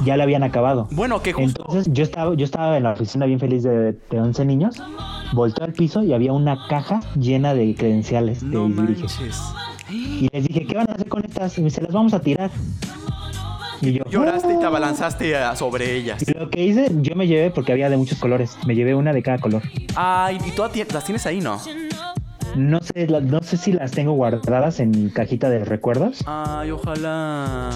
Speaker 4: Ya lo habían acabado.
Speaker 1: Bueno, que justo.
Speaker 4: Entonces yo estaba, yo estaba en la oficina bien feliz de, de 11 niños, volteó al piso y había una caja llena de credenciales
Speaker 1: no
Speaker 4: de este, Bisbirige.
Speaker 1: manches.
Speaker 4: Y les dije, ¿qué van a hacer con estas? Y me dice, las vamos a tirar. Y yo,
Speaker 1: [GASPS] Lloraste y te
Speaker 4: "Ah".
Speaker 1: abalanzaste ah, sobre ellas.
Speaker 4: Y Lo que hice, yo me llevé porque había de muchos colores. Me llevé una de cada color.
Speaker 1: Ay, y todas ti- las tienes ahí, ¿no?
Speaker 4: No sé, la- no sé si las tengo guardadas en mi cajita de recuerdos.
Speaker 1: Ay, ojalá.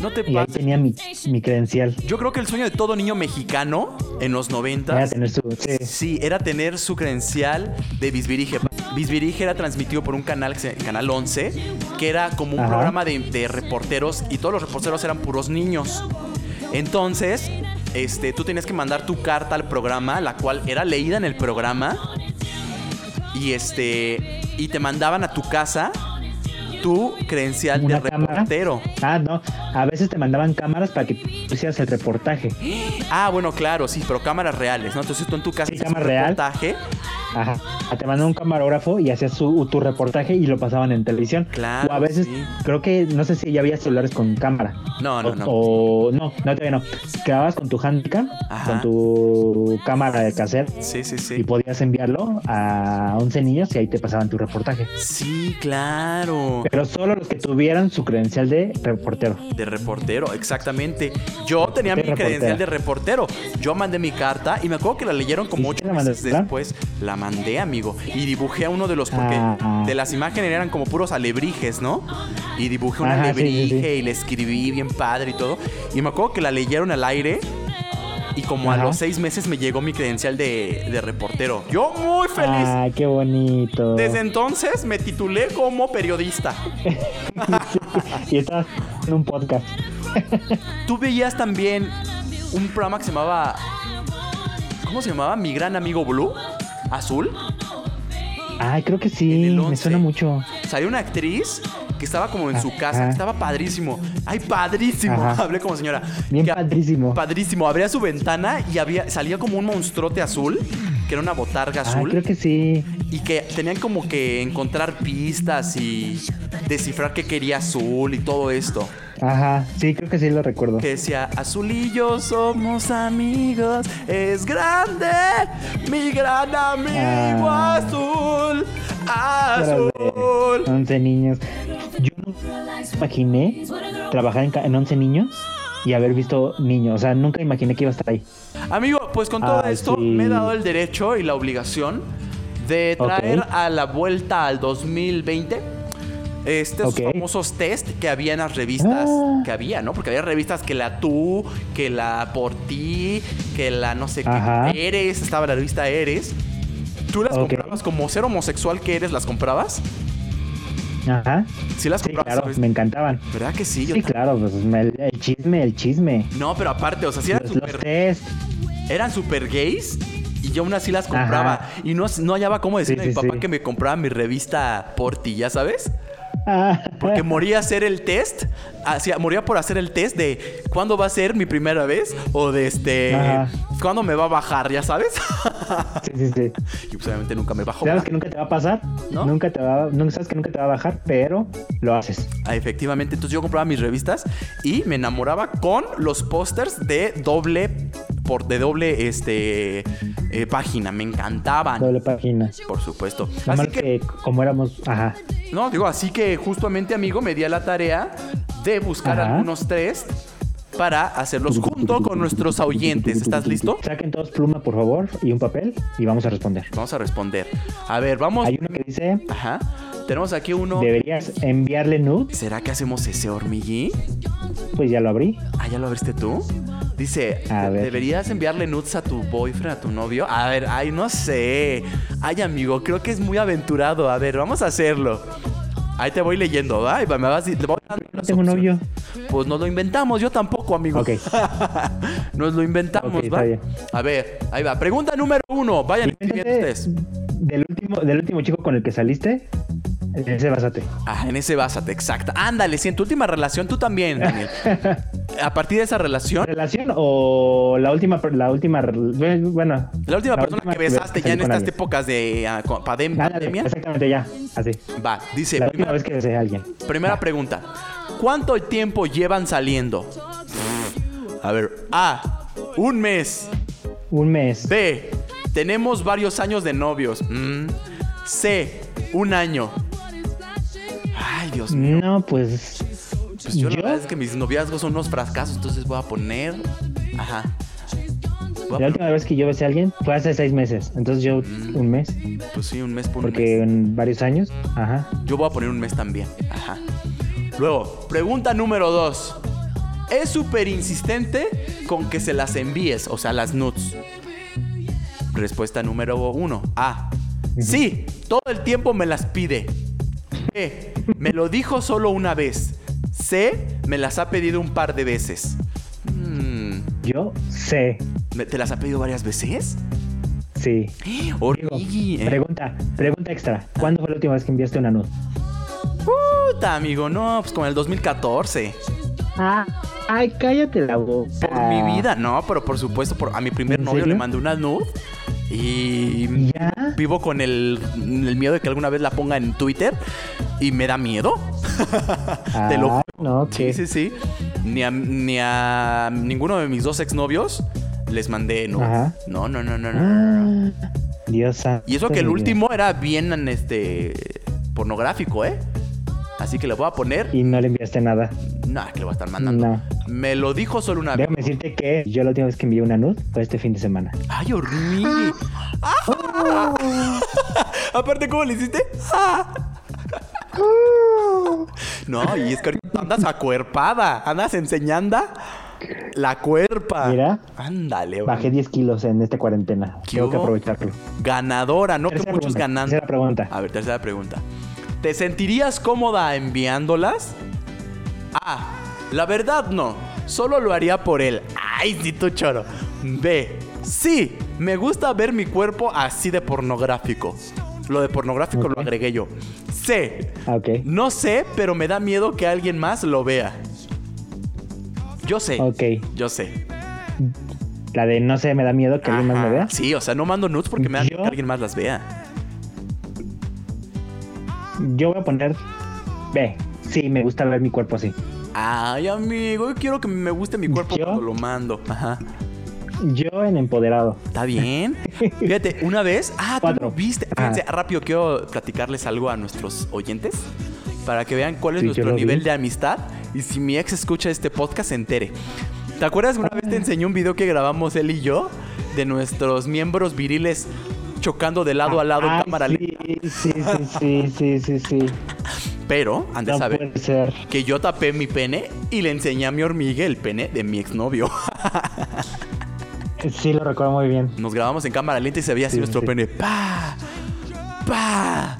Speaker 1: No te
Speaker 4: Y ahí
Speaker 1: pases.
Speaker 4: tenía mi, mi credencial.
Speaker 1: Yo creo que el sueño de todo niño mexicano en los
Speaker 4: Voy a
Speaker 1: noventas.
Speaker 4: tener su. sí.
Speaker 1: Sí, era tener su credencial de Bisbirige. Bisbirige era transmitido por un canal, que se- Canal 11, que era como un
Speaker 4: Ajá.
Speaker 1: programa de, de reporteros y todos los reporteros eran puros niños. Entonces, este, tú tenías que mandar tu carta al programa, la cual era leída en el programa. Y este, y te mandaban a tu casa tu credencial de
Speaker 4: Una cámara.
Speaker 1: reportero.
Speaker 4: Ah, no. A veces te mandaban cámaras para que tú hicieras el reportaje.
Speaker 1: Ah, bueno, claro, sí, pero cámaras reales, ¿no? Entonces tú en tu casa
Speaker 4: Sí,
Speaker 1: hiciste
Speaker 4: cámara real.
Speaker 1: reportaje.
Speaker 4: Ajá. Ah, Te mandaban un camarógrafo y hacías su- tu reportaje y lo pasaban en televisión.
Speaker 1: Claro,
Speaker 4: O a veces,
Speaker 1: sí.
Speaker 4: creo que, no sé si ya había celulares con cámara.
Speaker 1: No, no, no.
Speaker 4: O, o- no, no, todavía no. Quedabas con tu handicam,
Speaker 1: Ajá.
Speaker 4: con tu cámara de cassette
Speaker 1: Sí, sí, sí.
Speaker 4: y podías enviarlo a 11 niños y ahí te pasaban tu reportaje.
Speaker 1: Sí, claro.
Speaker 4: Pero solo los que tuvieran su credencial de reportero.
Speaker 1: De reportero, exactamente. Yo tenía mi
Speaker 4: De
Speaker 1: credencial
Speaker 4: reportera.
Speaker 1: de reportero. Yo mandé mi carta y me acuerdo que la leyeron como
Speaker 4: ¿Y
Speaker 1: ocho
Speaker 4: quién la
Speaker 1: meses
Speaker 4: mandaste, Fran?
Speaker 1: después. La mandé, amigo. Y dibujé a uno de los. Porque
Speaker 4: Ah.
Speaker 1: de las imágenes eran como puros alebrijes, ¿no? Y dibujé un
Speaker 4: Ajá, sí,
Speaker 1: alebrije
Speaker 4: sí, sí.
Speaker 1: y le escribí bien padre y todo. Y me acuerdo que la leyeron al aire. Y como a
Speaker 4: Ajá.
Speaker 1: los seis meses me llegó mi credencial de, de reportero. Yo muy feliz.
Speaker 4: Ay, qué bonito.
Speaker 1: Desde entonces me titulé como periodista.
Speaker 4: Ah, Y estabas en un podcast.
Speaker 1: Tú veías también un programa que se llamaba. ¿Cómo se llamaba? Mi gran amigo Blue. Azul.
Speaker 4: Ay, creo que
Speaker 1: En el
Speaker 4: sí, me
Speaker 1: 11.
Speaker 4: suena mucho.
Speaker 1: Salió una actriz que estaba como en su casa,
Speaker 4: Ajá.
Speaker 1: que estaba padrísimo. Ay, padrísimo.
Speaker 4: Ajá.
Speaker 1: Hablé como señora.
Speaker 4: Bien
Speaker 1: Que-
Speaker 4: padrísimo.
Speaker 1: Padrísimo. Abría su ventana y había, salía como un monstruote azul, que era una botarga
Speaker 4: Ay,
Speaker 1: azul.
Speaker 4: Ah, creo que sí.
Speaker 1: Y que tenían como que encontrar pistas y descifrar qué quería azul y todo esto.
Speaker 4: Ajá, sí, creo que sí lo recuerdo.
Speaker 1: Que decía, Azul y yo somos amigos, es grande, mi gran amigo
Speaker 4: Ah.
Speaker 1: azul,
Speaker 4: Era de
Speaker 1: azul.
Speaker 4: 11 niños. Yo nunca imaginé trabajar en, ca- en 11 niños y haber visto niños. O sea, nunca imaginé que iba a estar ahí.
Speaker 1: Amigo, pues con todo
Speaker 4: Ay,
Speaker 1: esto
Speaker 4: Ah, sí.
Speaker 1: me he dado el derecho y la obligación de
Speaker 4: Ok.
Speaker 1: traer a la vuelta al 2020 estos
Speaker 4: Ok.
Speaker 1: este, famosos test que había en las revistas
Speaker 4: Ah.
Speaker 1: que había, ¿no? Porque había revistas que la tú, que la por ti, que la no sé
Speaker 4: Ajá.
Speaker 1: qué eres, estaba la revista Eres. ¿Tú las
Speaker 4: Ok.
Speaker 1: comprabas como ser homosexual que eres? ¿Las comprabas?
Speaker 4: Ajá.
Speaker 1: Sí, las
Speaker 4: Sí,
Speaker 1: comprabas.
Speaker 4: claro,
Speaker 1: ¿sabes?
Speaker 4: me encantaban.
Speaker 1: ¿Verdad que sí? Yo
Speaker 4: Sí,
Speaker 1: también.
Speaker 4: claro, pues me- el chisme, el chisme.
Speaker 1: No, pero aparte, o sea, sí eran
Speaker 4: Los, los
Speaker 1: súper
Speaker 4: test.
Speaker 1: eran super gays y yo aún así las compraba.
Speaker 4: Ajá.
Speaker 1: Y no, no hallaba cómo decirle
Speaker 4: Sí,
Speaker 1: a mi
Speaker 4: sí,
Speaker 1: papá
Speaker 4: sí.
Speaker 1: que me compraba mi revista Porti, ¿ya sabes?
Speaker 4: Ah, [LAUGHS]
Speaker 1: Porque moría hacer el test, hacía, moría por hacer el test de cuándo va a ser mi primera vez o de este,
Speaker 4: Ajá.
Speaker 1: cuándo me va a bajar, ¿ya sabes? [LAUGHS]
Speaker 4: sí, sí, sí.
Speaker 1: y pues obviamente nunca me bajó.
Speaker 4: Sabes que nunca te va a pasar,
Speaker 1: ¿No?
Speaker 4: nunca te va, nunca sabes que nunca te va a bajar, pero lo haces.
Speaker 1: Ah, Efectivamente, entonces yo compraba mis revistas y me enamoraba con los pósters de doble por de doble este eh, página, me encantaban.
Speaker 4: Doble página.
Speaker 1: Por supuesto.
Speaker 4: Nada más
Speaker 1: Así Ah, que,
Speaker 4: que como éramos, ajá.
Speaker 1: no, digo, así que justamente, amigo, me di a la tarea de buscar
Speaker 4: Ajá.
Speaker 1: algunos tres para hacerlos junto con nuestros oyentes. ¿Estás listo?
Speaker 4: Saquen todos pluma, por favor, y un papel, y vamos a responder.
Speaker 1: Vamos a responder. A ver, vamos.
Speaker 4: Hay uno que dice,
Speaker 1: Ajá. Tenemos aquí uno.
Speaker 4: deberías enviarle nudes,
Speaker 1: ¿Será que hacemos ese hormiguí?
Speaker 4: pues ya lo abrí.
Speaker 1: Ah, ya lo abriste tú. Dice,
Speaker 4: A ver.
Speaker 1: deberías enviarle nudes a tu boyfriend, a tu novio. A ver, ay, no sé. Ay, amigo, creo que es muy aventurado. A ver, vamos a hacerlo. Ahí te voy leyendo, ¿va? Y me vas y- le voy dando
Speaker 4: No
Speaker 1: las
Speaker 4: tengo
Speaker 1: opciones.
Speaker 4: novio.
Speaker 1: Pues nos lo inventamos, yo tampoco, amigo.
Speaker 4: Ok.
Speaker 1: [LAUGHS] nos lo inventamos,
Speaker 4: Ok, está
Speaker 1: ¿va?
Speaker 4: bien.
Speaker 1: A ver, ahí va. Pregunta número uno. Vayan escribiendo
Speaker 4: Invéntate
Speaker 1: ustedes.
Speaker 4: Del último, del último chico con el que saliste, en ese basate.
Speaker 1: Ah, en ese básate, exacta. Ándale, si en tu última relación tú también,
Speaker 4: [LAUGHS]
Speaker 1: Daniel. A partir de esa relación,
Speaker 4: ¿Relación o la última, la última, bueno.
Speaker 1: la última persona
Speaker 4: última
Speaker 1: que besaste ya
Speaker 4: salí
Speaker 1: en
Speaker 4: con
Speaker 1: estas
Speaker 4: alguien.
Speaker 1: épocas de ah, co- padem-
Speaker 4: Ándale,
Speaker 1: pandemia.
Speaker 4: Exactamente, ya. Así.
Speaker 1: Va, dice,
Speaker 4: la
Speaker 1: primera,
Speaker 4: última vez que besé a alguien.
Speaker 1: primera pregunta. ¿Cuánto tiempo llevan saliendo? A ver, A, un mes.
Speaker 4: Un mes.
Speaker 1: B, tenemos varios años de novios. Mm. C, un año. Ay, Dios mío.
Speaker 4: No, pues.
Speaker 1: Pues yo, la
Speaker 4: ¿Yo?
Speaker 1: verdad es que mis noviazgos son unos fracasos, entonces voy a poner. Ajá. Voy a
Speaker 4: La
Speaker 1: poner,
Speaker 4: última vez que yo besé a alguien fue hace seis meses. Entonces yo, un mes.
Speaker 1: Pues sí, un mes por un
Speaker 4: Porque
Speaker 1: mes.
Speaker 4: en varios años. Ajá.
Speaker 1: Yo voy a poner un mes también. Ajá. Luego, pregunta número dos. Es súper insistente con que se las envíes, o sea, las nudes. Respuesta número uno. A. Sí, todo el tiempo me las pide. B. Me lo dijo solo una vez. C. Me las ha pedido un par de veces. Mm,
Speaker 4: Yo sé.
Speaker 1: ¿me- ¿Te las ha pedido varias veces?
Speaker 4: Sí.
Speaker 1: Origi, eh.
Speaker 4: Pregunta, pregunta extra. ¿Cuándo fue la última vez que enviaste una nude?
Speaker 1: Puta, amigo, no, pues como en el 2014.
Speaker 4: Ah, ay, cállate la boca.
Speaker 1: Por mi vida, no, pero por supuesto, por, a mi primer
Speaker 4: Ah. ¿En
Speaker 1: novio
Speaker 4: serio?
Speaker 1: le mandé una nude y
Speaker 4: ¿Ya?
Speaker 1: vivo con el, el miedo de que alguna vez la ponga en Twitter y me da miedo. Te lo juro.
Speaker 4: Ah, No,
Speaker 1: Sí,
Speaker 4: que
Speaker 1: sí, sí. Ni a, ni a ninguno de mis dos exnovios les mandé nudes.
Speaker 4: Ajá.
Speaker 1: No, no, no, no, no, no. no.
Speaker 4: Ah, Dios santo.
Speaker 1: Y eso que el
Speaker 4: de Dios.
Speaker 1: último era bien este pornográfico, ¿eh? Así que le voy a poner.
Speaker 4: Y no le enviaste nada.
Speaker 1: Nah, que le voy a estar mandando.
Speaker 4: No.
Speaker 1: Me lo dijo solo una vez.
Speaker 4: Déjame decirte que yo la última vez que envié una nude fue este fin de semana.
Speaker 1: ¡Ay, horrible! ¡Ah! Aparte, ¿cómo le hiciste? ¡Ah! No, y es que ahorita andas acuerpada. Andas enseñando la cuerpa.
Speaker 4: Mira.
Speaker 1: Ándale,
Speaker 4: Bajé 10 kilos en esta cuarentena.
Speaker 1: ¿Qué
Speaker 4: Tengo que
Speaker 1: hubo?
Speaker 4: aprovecharlo.
Speaker 1: Ganadora, no que
Speaker 4: Tercera
Speaker 1: muchos
Speaker 4: pregunta,
Speaker 1: ganando.
Speaker 4: tercera pregunta.
Speaker 1: A ver, tercera pregunta. ¿Te sentirías cómoda enviándolas? A. La verdad no. Solo lo haría por él. Ay, si tú choro. B. Sí. Me gusta ver mi cuerpo así de pornográfico. Lo de pornográfico
Speaker 4: Ok.
Speaker 1: lo agregué yo. C.
Speaker 4: Ah, ok.
Speaker 1: No sé, pero me da miedo que alguien más lo vea. Yo sé.
Speaker 4: Ok.
Speaker 1: Yo sé.
Speaker 4: La de no sé, me da miedo que alguien más me
Speaker 1: Ajá.
Speaker 4: vea.
Speaker 1: Sí, o sea, no mando nudes porque me da miedo
Speaker 4: ¿Ah? Yo-
Speaker 1: que alguien más las vea.
Speaker 4: Yo voy a poner B. Sí, me gusta ver mi cuerpo así.
Speaker 1: Ay, amigo, yo quiero que me guste mi cuerpo
Speaker 4: ¿Yo?
Speaker 1: cuando lo mando. Ajá.
Speaker 4: Yo en empoderado.
Speaker 1: Está bien. Fíjate, una vez. Ah, tú
Speaker 4: Cuatro.
Speaker 1: lo viste.
Speaker 4: Ajá.
Speaker 1: Fíjense, rápido quiero platicarles algo a nuestros oyentes para que vean cuál es
Speaker 4: Sí, yo
Speaker 1: nuestro
Speaker 4: lo vi.
Speaker 1: nivel de amistad y si mi ex escucha este podcast se entere. ¿Te acuerdas que una
Speaker 4: Ah.
Speaker 1: vez te enseñé un video que grabamos él y yo de nuestros miembros viriles chocando de lado a lado en
Speaker 4: Ay,
Speaker 1: cámara lenta?
Speaker 4: Ah, sí, sí, sí, sí, sí, sí, sí.
Speaker 1: Pero, antes
Speaker 4: No
Speaker 1: saber
Speaker 4: puede ser.
Speaker 1: que yo tapé mi pene y le enseñé a mi hormiga el pene de mi exnovio.
Speaker 4: Sí, lo recuerdo muy bien.
Speaker 1: Nos grabamos en cámara lenta y se veía así
Speaker 4: Sí,
Speaker 1: nuestro
Speaker 4: sí.
Speaker 1: pene. ¡Pa! ¡Pa!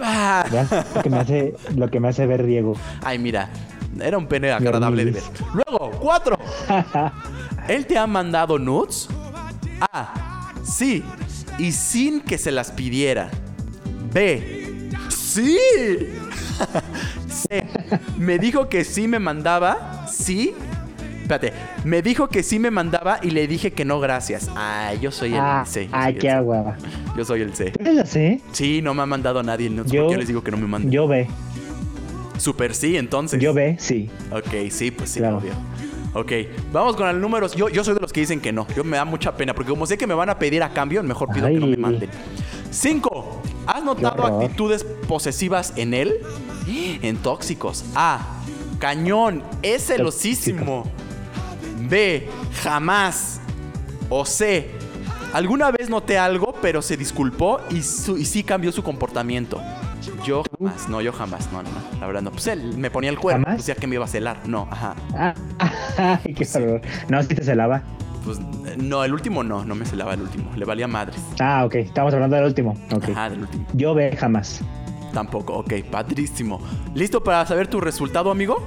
Speaker 1: ¡Pa!
Speaker 4: Vean lo que me hace, lo que me hace ver Diego.
Speaker 1: Ay, mira. Era un pene agradable de ver.
Speaker 4: [LAUGHS] hormiguis.
Speaker 1: Luego, cuatro. ¿Él te ha mandado nudes? A. Sí. Y sin que se las pidiera. B. Sí. [LAUGHS] C. Me dijo que sí me mandaba. Sí. Espérate. Me dijo que sí me mandaba y le dije que no, gracias. Ah, yo soy el
Speaker 4: Ah,
Speaker 1: C. yo
Speaker 4: ay,
Speaker 1: soy el
Speaker 4: qué
Speaker 1: C.
Speaker 4: aguaba.
Speaker 1: Yo soy el C.
Speaker 4: ¿Es así?
Speaker 1: Sí, no me ha mandado a nadie. No sé
Speaker 4: Yo-
Speaker 1: por qué les digo que no me manden.
Speaker 4: Yo ve,
Speaker 1: Super sí, entonces.
Speaker 4: yo ve, sí.
Speaker 1: Ok, sí, pues sí,
Speaker 4: Claro.
Speaker 1: obvio. Ok, vamos con el número. Yo, yo soy de los que dicen que no. Yo me da mucha pena, porque como sé que me van a pedir a cambio, mejor pido que no me
Speaker 4: Ay.
Speaker 1: manden. 5. ¿Has notado
Speaker 4: horror.
Speaker 1: actitudes posesivas en él? En tóxicos. A. Cañón, es celosísimo. B. Jamás. O C. Alguna vez noté algo, pero se disculpó y, su- y sí cambió su comportamiento. Yo jamás, no, yo jamás, no, no, no, la verdad no. Pues él me ponía el cuerno,
Speaker 4: ¿Jamás?
Speaker 1: pues ya que me iba a celar, no, ajá.
Speaker 4: Ah, [LAUGHS] ay, qué horror. No, sí te se lava.
Speaker 1: Pues no, el último no, no me celaba el último, le valía madres.
Speaker 4: Ah, ok, estamos hablando del último. Ok.
Speaker 1: Ajá, del último.
Speaker 4: Yo ve jamás.
Speaker 1: Tampoco, ok, padrísimo. ¿Listo para saber tu resultado, amigo?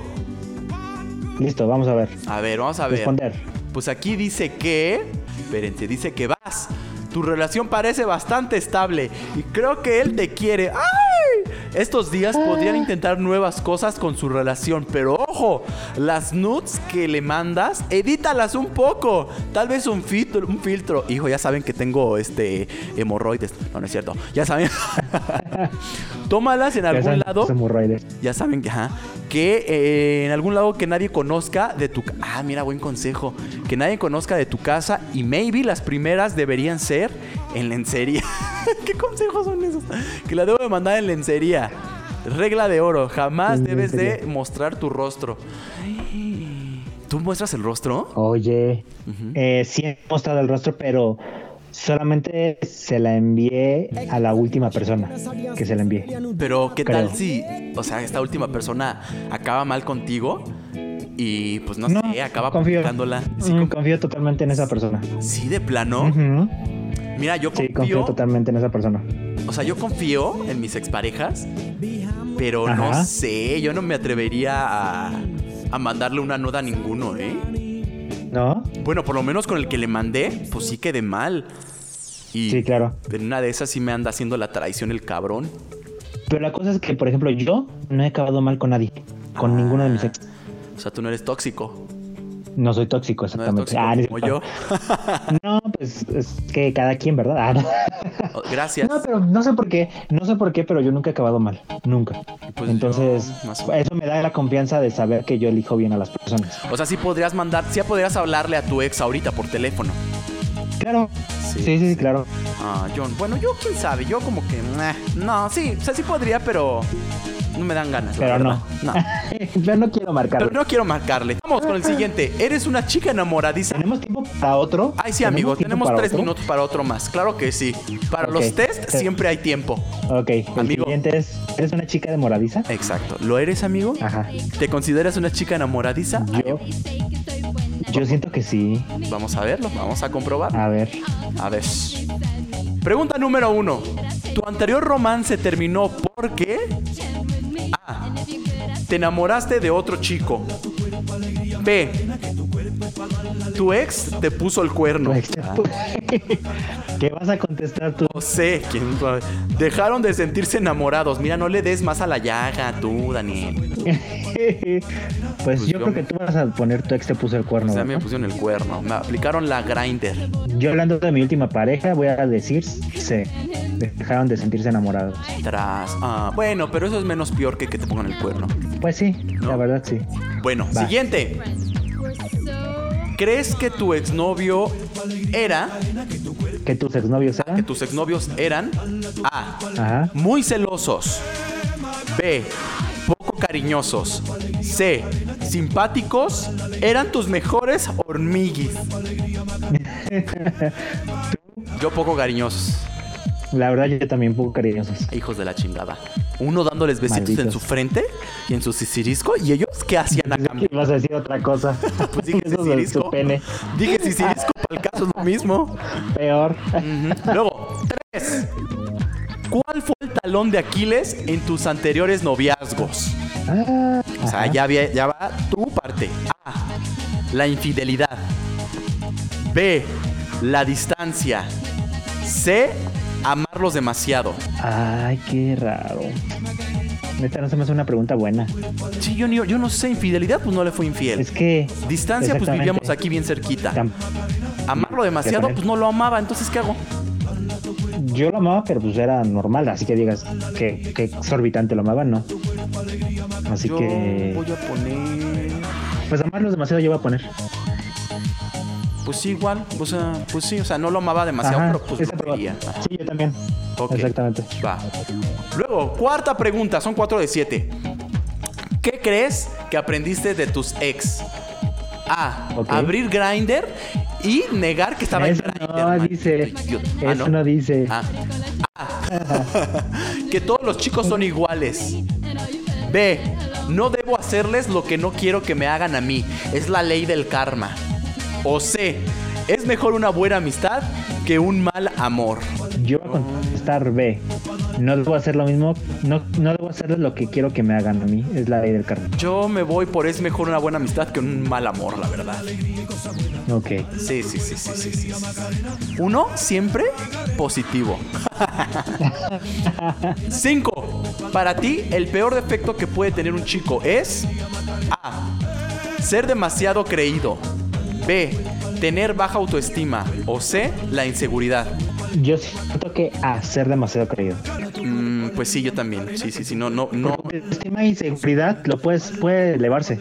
Speaker 4: Listo, vamos a ver.
Speaker 1: A ver, vamos a ver.
Speaker 4: Responder.
Speaker 1: Pues aquí dice que. Espérense, dice que vas. Tu relación parece bastante estable y creo que él te quiere. ¡Ay! Estos días podrían intentar nuevas cosas con su relación, pero ojo, las nudes que le mandas, edítalas un poco. Tal vez un filtro, un filtro. Hijo, ya saben que tengo este hemorroides. No, no es cierto. Ya saben. [LAUGHS] Tómalas en
Speaker 4: Ya
Speaker 1: algún
Speaker 4: saben,
Speaker 1: lado
Speaker 4: los hemorroides.
Speaker 1: ya saben que, ajá, que eh, en algún lado que nadie conozca de tu... ca- Ah, mira, buen consejo. Que nadie conozca de tu casa y maybe las primeras deberían ser en lencería. [LAUGHS] ¿Qué consejos son esos? Que la debo de mandar en lencería. Regla de oro, jamás
Speaker 4: En
Speaker 1: debes de
Speaker 4: lencería.
Speaker 1: mostrar tu rostro. Ay, ¿Tú muestras el rostro?
Speaker 4: Oye, eh, sí he mostrado el rostro, pero solamente se la envié a la última persona que se la envié.
Speaker 1: Pero ¿qué tal
Speaker 4: Creo.
Speaker 1: si, o sea, esta última persona acaba mal contigo y pues no,
Speaker 4: No,
Speaker 1: sé, acaba
Speaker 4: confío.
Speaker 1: publicándola? Sí,
Speaker 4: Mm,
Speaker 1: con-
Speaker 4: confío totalmente en esa persona.
Speaker 1: sí, de plano.
Speaker 4: Ujú.
Speaker 1: Mira, yo
Speaker 4: Sí, confío
Speaker 1: confío
Speaker 4: totalmente en esa persona.
Speaker 1: O sea, yo confío en mis exparejas, pero no
Speaker 4: Ajá.
Speaker 1: sé, yo no me atrevería a, a mandarle una nuda a ninguno, ¿eh?
Speaker 4: ¿No?
Speaker 1: Bueno, por lo menos con el que le mandé, pues sí quedé mal. Y
Speaker 4: Sí, claro.
Speaker 1: en una de esas sí me anda haciendo la traición el cabrón.
Speaker 4: Pero la cosa es que, por ejemplo, yo no he acabado mal con nadie, con
Speaker 1: Ah.
Speaker 4: ninguno de mis ex.
Speaker 1: O sea, tú no eres tóxico.
Speaker 4: No soy
Speaker 1: No
Speaker 4: tóxico,
Speaker 1: eres
Speaker 4: exactamente.
Speaker 1: tóxico
Speaker 4: Ah, no es
Speaker 1: como yo.
Speaker 4: cierto. No, pues es que cada quien, ¿verdad? [LAUGHS] Ah, no.
Speaker 1: Oh, Gracias.
Speaker 4: [LAUGHS] No, pero no sé por qué, no sé por qué, pero yo nunca he acabado mal, nunca.
Speaker 1: Pues
Speaker 4: Entonces,
Speaker 1: yo, más o menos.
Speaker 4: eso me da la confianza de saber que yo elijo bien a las personas.
Speaker 1: O sea, sí podrías mandar, sí podrías hablarle a tu ex ahorita por teléfono.
Speaker 4: Claro. Sí, sí, sí, claro.
Speaker 1: Ah, John. Bueno, yo quién sabe, yo como que. meh, No, sí, o sea, sí podría, pero no me dan ganas. la
Speaker 4: Pero
Speaker 1: verdad. No.
Speaker 4: [LAUGHS] Yo no quiero marcarlo.
Speaker 1: Pero no quiero marcarle. Vamos con el
Speaker 4: [LAUGHS]
Speaker 1: siguiente. ¿Eres una chica enamoradiza?
Speaker 4: ¿Tenemos tiempo para otro?
Speaker 1: Ay, sí, amigo.
Speaker 4: tiempo
Speaker 1: Tenemos
Speaker 4: para
Speaker 1: tres
Speaker 4: otro?
Speaker 1: minutos para otro más. Claro que sí. Para
Speaker 4: Ok.
Speaker 1: los test
Speaker 4: Sí.
Speaker 1: siempre hay tiempo.
Speaker 4: Ok, el
Speaker 1: Amigo. Eh.
Speaker 4: siguiente es, ¿eres una chica de moradiza?
Speaker 1: Exacto. ¿Lo eres, amigo?
Speaker 4: Ajá.
Speaker 1: ¿Te consideras una chica enamoradiza?
Speaker 4: Yo, yo siento que sí.
Speaker 1: Vamos a verlo. Vamos a comprobar.
Speaker 4: A ver.
Speaker 1: A ver. Pregunta número uno. ¿Tu anterior romance terminó porque A. Te enamoraste de otro chico. B. Tu ex te puso el cuerno. Ah.
Speaker 4: [LAUGHS] ¿Qué vas a contestar tú? [LAUGHS]
Speaker 1: No sé, quién sabe. Dejaron de sentirse enamorados. Mira, no le des más a la llaga, tú, Daniel.
Speaker 4: Pues
Speaker 1: yo
Speaker 4: yo creo
Speaker 1: me-
Speaker 4: que tú vas a poner tu ex te puso el
Speaker 1: O
Speaker 4: cuerno.
Speaker 1: sea, me
Speaker 4: ¿verdad?
Speaker 1: pusieron el cuerno. Me aplicaron la grinder.
Speaker 4: Yo hablando de mi última pareja, voy a decir, se dejaron de sentirse enamorados.
Speaker 1: Tras. Ah, bueno, pero eso es menos peor que que te pongan el cuerno.
Speaker 4: Pues sí, la
Speaker 1: No.
Speaker 4: verdad sí.
Speaker 1: Bueno,
Speaker 4: Va.
Speaker 1: siguiente. ¿Crees que tu exnovio era,
Speaker 4: ¿Que tus exnovios
Speaker 1: Ah, que
Speaker 4: eran?
Speaker 1: tus exnovios eran A.
Speaker 4: Ajá.
Speaker 1: Muy celosos. B. Poco cariñosos. C. Simpáticos. Eran tus mejores
Speaker 4: [LAUGHS]
Speaker 1: hormiguis. Yo poco cariñosos.
Speaker 4: La verdad yo también poco cariñosos.
Speaker 1: Hijos de la chingada. Uno dándoles besitos en
Speaker 4: Malditos.
Speaker 1: su frente y en su sicirisco. ¿Y ellos qué hacían
Speaker 4: [LAUGHS]
Speaker 1: a cambio?
Speaker 4: Ibas a decir otra cosa.
Speaker 1: [LAUGHS]
Speaker 4: [LAUGHS]
Speaker 1: Pues dije
Speaker 4: Eso de
Speaker 1: sicirisco.
Speaker 4: su pene.
Speaker 1: [LAUGHS] Dije sicirisco, para el caso es lo mismo.
Speaker 4: Peor.
Speaker 1: Ujú. Luego, tres. ¿Cuál fue el talón de Aquiles en tus anteriores noviazgos?
Speaker 4: Ah,
Speaker 1: O sea,
Speaker 4: ajá.
Speaker 1: ya, había- ya va tu parte. A. La infidelidad. B. La distancia. C. Amarlos demasiado.
Speaker 4: Ay, qué raro. Esta no se me hace una pregunta buena.
Speaker 1: Sí, yo, ni- yo no sé. Infidelidad, pues no le fue infiel.
Speaker 4: Es que.
Speaker 1: Distancia, pues
Speaker 4: exactamente.
Speaker 1: vivíamos aquí bien cerquita.
Speaker 4: Tam-
Speaker 1: Amarlo demasiado, pues no lo amaba. Entonces, ¿qué hago?
Speaker 4: Yo lo amaba, pero pues era normal. Así que digas que, que exorbitante lo amaba, no. Así
Speaker 1: yo voy
Speaker 4: que.
Speaker 1: a poner.
Speaker 4: Pues amarlos demasiado yo voy a poner.
Speaker 1: Pues sí, igual. O sea, pues sí. O sea, no lo amaba demasiado,
Speaker 4: Ajá,
Speaker 1: pero pues
Speaker 4: esa
Speaker 1: lo
Speaker 4: proba-
Speaker 1: quería. Ajá,
Speaker 4: Sí, yo también.
Speaker 1: ok.
Speaker 4: Exactamente.
Speaker 1: Va. Luego, cuarta pregunta, son cuatro de siete. ¿Qué crees que aprendiste de tus ex? A.
Speaker 4: Ok.
Speaker 1: Abrir Grinder y negar que estaba
Speaker 4: Eso
Speaker 1: en Grindr.
Speaker 4: no
Speaker 1: man.
Speaker 4: dice.
Speaker 1: Yo- ah,
Speaker 4: Eso no dice.
Speaker 1: Ah. [LAUGHS] A. que todos los chicos son iguales. B. No debo hacerles lo que no quiero que me hagan a mí. Es la ley del karma. O C. Es mejor una buena amistad que un mal amor.
Speaker 4: Yo voy a contestar B. No debo hacer lo mismo. No, no debo hacerles lo que quiero que me hagan a mí. Es la ley del karma.
Speaker 1: Yo me voy por es mejor una buena amistad que un mal amor, la verdad.
Speaker 4: Ok.
Speaker 1: Sí, sí, sí, sí, sí, sí. Uno, siempre positivo. [LAUGHS] Cinco, para ti el peor defecto que puede tener un chico es A, ser demasiado creído. B, tener baja autoestima. O C, la inseguridad.
Speaker 4: Yo siento que A, ser demasiado creído.
Speaker 1: Mm, pues sí, yo también. Sí, sí, sí, no, no, no.
Speaker 4: Porque Autoestima y seguridad lo puedes, puede elevarse.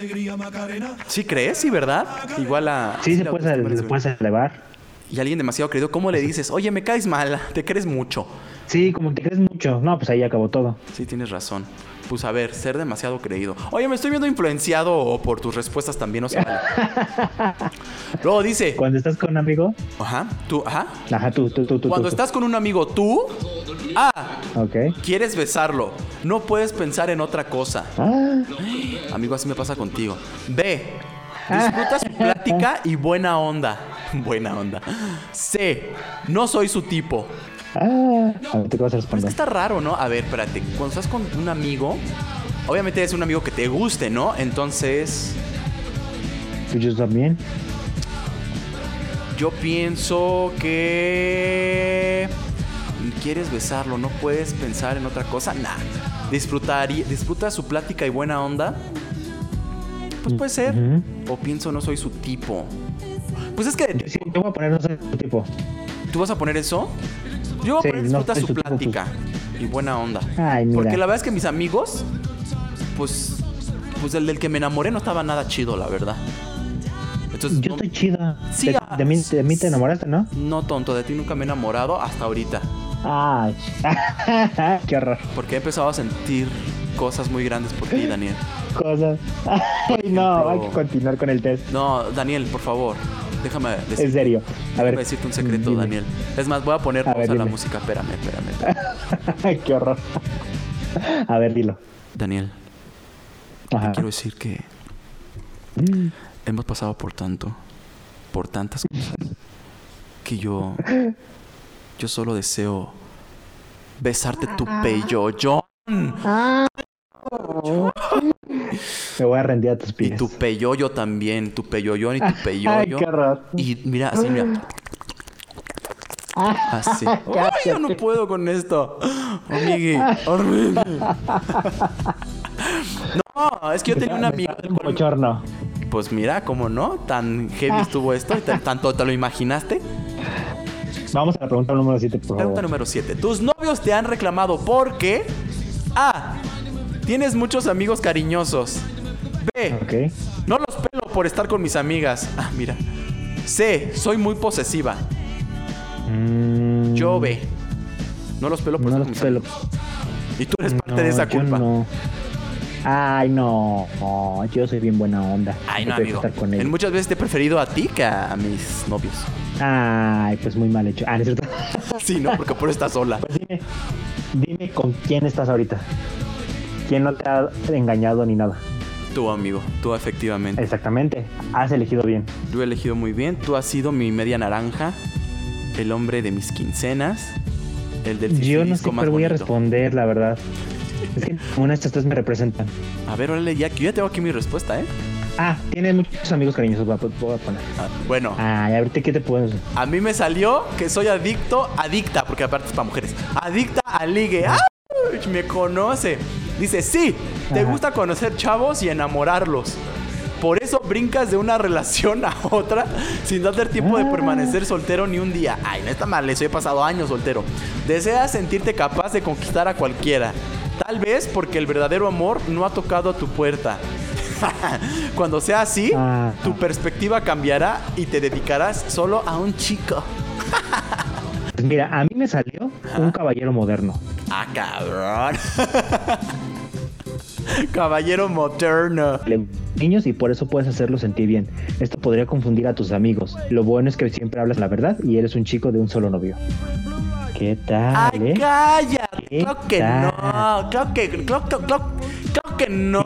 Speaker 1: ¿Sí crees? ¿Sí, verdad? Igual a...
Speaker 4: Sí, se
Speaker 1: la
Speaker 4: puede,
Speaker 1: autoestima
Speaker 4: se
Speaker 1: es-
Speaker 4: puede elevar.
Speaker 1: Y alguien demasiado creído, ¿cómo le dices? Oye, me caes mal, te crees mucho.
Speaker 4: Sí, como que crees mucho. No, pues ahí acabó todo.
Speaker 1: Sí, tienes razón. Pues a ver, ser demasiado creído. Oye, me estoy viendo influenciado por tus respuestas también, no se
Speaker 4: [LAUGHS]
Speaker 1: vale. Luego dice,
Speaker 4: Cuando estás con un amigo,
Speaker 1: ajá, tú, ajá.
Speaker 4: ajá, tú, tú, tú, tú.
Speaker 1: Cuando
Speaker 4: tú,
Speaker 1: estás con un amigo, tú, ah,
Speaker 4: tú. Ok.
Speaker 1: quieres besarlo. No puedes pensar en otra cosa.
Speaker 4: Ah,
Speaker 1: Amigo, así me pasa contigo. B. Disfrutas su plática y buena onda. [LAUGHS] Buena onda. C. No soy su tipo.
Speaker 4: ah. A ver, ¿tú qué vas
Speaker 1: Pero es que
Speaker 4: a responder?
Speaker 1: está raro, ¿no? A ver, espérate. Cuando estás con un amigo, obviamente es un amigo que te guste, ¿no? Entonces,
Speaker 4: ¿Tú Pues yo también?
Speaker 1: yo pienso que. ¿Quieres besarlo? ¿No puedes pensar en otra cosa? Nah. Disfrutar y- disfruta su plática y buena onda. Pues puede ser.
Speaker 4: Ujú.
Speaker 1: O pienso no soy su tipo. Pues es que
Speaker 4: Yo, sí, yo voy a poner no sé qué tipo.
Speaker 1: ¿Tú vas a poner eso? Yo voy a
Speaker 4: Sí,
Speaker 1: poner
Speaker 4: no,
Speaker 1: disfruta
Speaker 4: es
Speaker 1: su
Speaker 4: tu tipo, pues.
Speaker 1: plática y buena onda.
Speaker 4: Ay, mira.
Speaker 1: Porque la verdad es que mis amigos, pues, pues el del que me enamoré no estaba nada chido, la verdad. Entonces,
Speaker 4: Yo
Speaker 1: no,
Speaker 4: estoy chida.
Speaker 1: Sí,
Speaker 4: de,
Speaker 1: ah,
Speaker 4: de mí, de mí te enamoraste, ¿no?
Speaker 1: no, tonto, de ti nunca me he enamorado hasta ahorita.
Speaker 4: Ay, [LAUGHS] qué horror.
Speaker 1: Porque he empezado a sentir cosas muy grandes por
Speaker 4: [LAUGHS]
Speaker 1: ti, Daniel.
Speaker 4: Cosas. [LAUGHS] Ay, no,
Speaker 1: ejemplo-
Speaker 4: hay que continuar con el test.
Speaker 1: No, Daniel, por favor, déjame decirte,
Speaker 4: En serio. A
Speaker 1: déjame
Speaker 4: ver.
Speaker 1: decirte un secreto,
Speaker 4: dime.
Speaker 1: Daniel. Es más, voy a poner
Speaker 4: A
Speaker 1: pausa
Speaker 4: ver,
Speaker 1: a la
Speaker 4: dime.
Speaker 1: música. Espérame, espérame. espérame.
Speaker 4: [LAUGHS] Ay, [LAUGHS] qué horror. A ver, dilo.
Speaker 1: Daniel,
Speaker 4: Ajá.
Speaker 1: quiero decir que
Speaker 4: Mm.
Speaker 1: Hemos pasado por tanto, por tantas cosas, que yo, yo solo deseo besarte tu
Speaker 4: Ah.
Speaker 1: pello, yo
Speaker 4: Me voy a rendir a tus
Speaker 1: y
Speaker 4: pies.
Speaker 1: tu peyoyo también, tu peyoyón y tu
Speaker 4: [LAUGHS] Ay,
Speaker 1: peyoyo.
Speaker 4: qué horror.
Speaker 1: Y mira, así, mira.
Speaker 4: Ah. [LAUGHS]
Speaker 1: Así. ¡Ay, yo no puedo con esto! Amigui,
Speaker 4: [LAUGHS]
Speaker 1: horrible. No, es que yo tenía un
Speaker 4: Me
Speaker 1: amigo.
Speaker 4: está dando un bochorno.
Speaker 1: Pues mira, cómo no, tan heavy estuvo esto y tan- tanto te lo imaginaste.
Speaker 4: Vamos a la pregunta número 7, por
Speaker 1: Pregunta
Speaker 4: favor.
Speaker 1: número 7. Tus novios te han reclamado porque A. Tienes muchos amigos cariñosos. B.
Speaker 4: Ok.
Speaker 1: No los pelo por estar con mis amigas. Ah, mira. C. Soy muy posesiva.
Speaker 4: Mm,
Speaker 1: Yo B. No los pelo por estar
Speaker 4: No los
Speaker 1: con mis
Speaker 4: pelo.
Speaker 1: amigas. Y tú eres parte
Speaker 4: No,
Speaker 1: de esa
Speaker 4: yo
Speaker 1: culpa.
Speaker 4: no. Ay, no. No, Yo soy bien buena onda.
Speaker 1: Ay,
Speaker 4: Yo
Speaker 1: no,
Speaker 4: quiero
Speaker 1: amigo.
Speaker 4: estar con
Speaker 1: En
Speaker 4: él.
Speaker 1: muchas veces te he preferido a ti que a mis novios.
Speaker 4: Ay, pues muy mal hecho. Ah, no es cierto. [LAUGHS]
Speaker 1: Sí, ¿no? Porque por estar sola.
Speaker 4: Dime, dime con quién estás ahorita. ¿Quién no te ha engañado ni nada?
Speaker 1: Tú, amigo. Tú, efectivamente.
Speaker 4: Exactamente. Has elegido bien.
Speaker 1: Yo he elegido muy bien. Tú has sido mi media naranja, el hombre de mis quincenas, el del
Speaker 4: Yo no
Speaker 1: sisirisco
Speaker 4: sé,
Speaker 1: más
Speaker 4: pero voy a
Speaker 1: bonito.
Speaker 4: responder, la verdad. Es que ninguna de estas tres me representan.
Speaker 1: A ver, órale, ya que yo ya tengo aquí mi respuesta, ¿eh?
Speaker 4: Ah, tiene muchos amigos cariñosos, voy a voy a poner.
Speaker 1: Ah, bueno,
Speaker 4: Ay, ahorita qué te puedo decir.
Speaker 1: a mí me salió que soy adicto, adicta, porque aparte es para mujeres. Adicta al ligue. ¡Ah! Me conoce. Dice, sí, te
Speaker 4: Ajá.
Speaker 1: gusta conocer chavos y enamorarlos. Por eso brincas de una [LAUGHS] relación a otra sin darte tiempo de
Speaker 4: Ah.
Speaker 1: permanecer soltero ni un día. Ay, no está mal, eso he pasado años soltero. Deseas sentirte capaz de conquistar a cualquiera. Tal vez porque el verdadero amor no ha tocado a tu puerta. [LAUGHS] Cuando sea así,
Speaker 4: Ah.
Speaker 1: tu perspectiva cambiará y te dedicarás solo a un chico.
Speaker 4: Pues mira, a mí me salió un caballero moderno.
Speaker 1: Ah, cabrón. [LAUGHS] Caballero moderno.
Speaker 4: Le- Niños, y por eso puedes hacerlo sentir bien. Esto podría confundir a tus amigos. Lo bueno es que siempre hablas la verdad y eres un chico de un solo novio. ¿Qué tal?
Speaker 1: Ay,
Speaker 4: eh?
Speaker 1: cállate.
Speaker 4: ¿Qué
Speaker 1: Claro que
Speaker 4: tal?
Speaker 1: no. Claro que, claro, claro, claro- claro que no.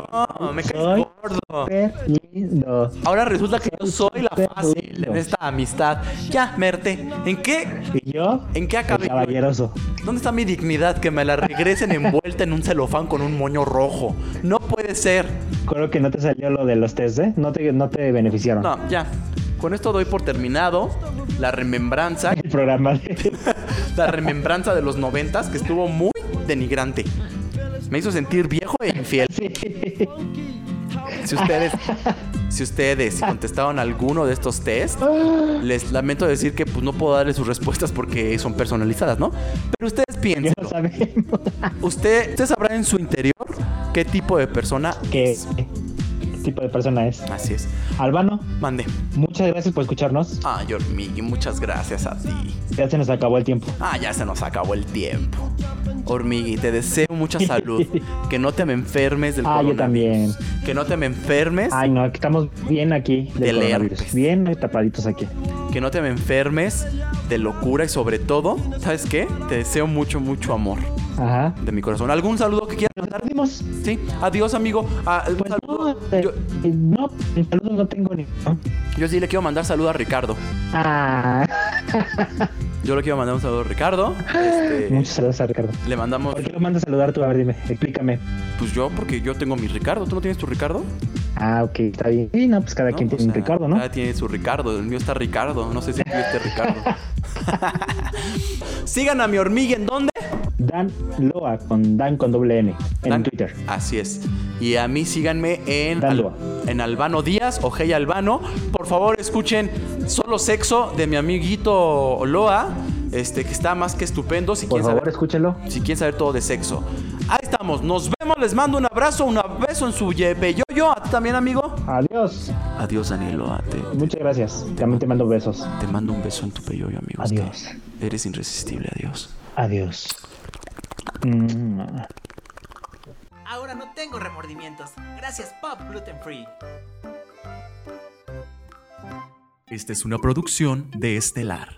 Speaker 1: Me caes
Speaker 4: Soy
Speaker 1: gordo.
Speaker 4: Súper lindo.
Speaker 1: Ahora resulta que yo
Speaker 4: soy
Speaker 1: soy la
Speaker 4: súper
Speaker 1: fácil en
Speaker 4: lindo.
Speaker 1: esta amistad. Ya, Merte, ¿en qué?
Speaker 4: ¿Y yo?
Speaker 1: ¿En qué acabé
Speaker 4: El
Speaker 1: yo?
Speaker 4: Caballeroso.
Speaker 1: ¿Dónde está mi dignidad? Que me la regresen envuelta en un celofán con un moño rojo. No puede ser.
Speaker 4: Creo que no te salió lo de los test, ¿eh? No te, no te beneficiaron.
Speaker 1: No, ya. Con esto doy por terminado la remembranza,
Speaker 4: El
Speaker 1: [LAUGHS]
Speaker 4: programa de... [LAUGHS]
Speaker 1: la remembranza de los noventas que estuvo muy denigrante. Me hizo sentir viejo e infiel.
Speaker 4: Sí.
Speaker 1: Si ustedes, si ustedes contestaron alguno de estos test, les lamento decir que pues, no puedo darles sus respuestas porque son personalizadas, ¿no? Pero ustedes
Speaker 4: Ya
Speaker 1: piensen.
Speaker 4: lo sabemos.
Speaker 1: Usted, usted sabrá en su interior qué tipo de persona
Speaker 4: ¿Qué,
Speaker 1: es.
Speaker 4: ¿Qué tipo de persona es?
Speaker 1: Así es.
Speaker 4: Albano,
Speaker 1: Mande.
Speaker 4: muchas gracias por escucharnos.
Speaker 1: Ah, Yormigi, muchas gracias a ti.
Speaker 4: Ya se nos acabó el tiempo.
Speaker 1: Ah, ya se nos acabó el tiempo. Hormigui, te deseo
Speaker 4: [LAUGHS]
Speaker 1: mucha salud. Que no te me enfermes del
Speaker 4: Ah, yo
Speaker 1: coronavirus. Que no te me enfermes.
Speaker 4: Ay, no, aquí estamos bien aquí
Speaker 1: Del
Speaker 4: del coronavirus.
Speaker 1: herpes.
Speaker 4: Bien eh, tapaditos aquí.
Speaker 1: Que no te me enfermes de locura y sobre todo, ¿sabes qué? Te deseo mucho, mucho amor
Speaker 4: Ajá.
Speaker 1: de mi corazón. ¿Algún saludo que quieras
Speaker 4: Nos
Speaker 1: mandar?
Speaker 4: perdimos.
Speaker 1: Sí. Adiós, amigo. Ah, un
Speaker 4: Pues no,
Speaker 1: saludo.
Speaker 4: eh,
Speaker 1: Yo,
Speaker 4: eh, no, saludos no tengo ni. ¿no?
Speaker 1: yo sí le quiero mandar saludo a Ricardo.
Speaker 4: Ah,
Speaker 1: Yo le quiero mandar un saludo a Ricardo.
Speaker 4: [LAUGHS]
Speaker 1: Este,
Speaker 4: muchos saludos a Ricardo.
Speaker 1: le mandamos.
Speaker 4: ¿Por qué lo mandas a saludar tú? A ver, dime, explícame.
Speaker 1: Pues yo, porque yo tengo mi Ricardo. ¿Tú no tienes tu Ricardo?
Speaker 4: Ah, ok, está bien. Sí, no, pues cada
Speaker 1: ¿No?
Speaker 4: quien
Speaker 1: O
Speaker 4: tiene un
Speaker 1: sea,
Speaker 4: Ricardo, ¿no?
Speaker 1: cada tiene su Ricardo. El mío está Ricardo. No sé si el tuyo esté
Speaker 4: [LAUGHS]
Speaker 1: Ricardo. Sigan a mi hormiga en dónde?
Speaker 4: Dan Loa con Dan con doble N en
Speaker 1: Dan-
Speaker 4: Twitter.
Speaker 1: Así es. Y a mí síganme en,
Speaker 4: Dan
Speaker 1: Al-
Speaker 4: Loa.
Speaker 1: en Albano Díaz o Hey Albano. Por favor, escuchen Solo Sexo de mi amiguito Loa, este que está más que estupendo. Si
Speaker 4: Por
Speaker 1: quieren,
Speaker 4: favor,
Speaker 1: saber,
Speaker 4: escúchelo.
Speaker 1: si quieren saber todo de sexo. Ahí estamos. Nos vemos. Les mando un abrazo, un beso en su yo A ti también, amigo.
Speaker 4: Adiós.
Speaker 1: Adiós, Daniel Loa. Te,
Speaker 4: Muchas gracias. También te mando besos.
Speaker 1: te mando un beso en tu peyoyo, amigo.
Speaker 4: Adiós.
Speaker 1: Te- Eres irresistible. Adiós.
Speaker 4: Adiós. Mm.
Speaker 6: Ahora no tengo remordimientos. Gracias, Pop Gluten Free.
Speaker 1: Esta es una producción de Estelar.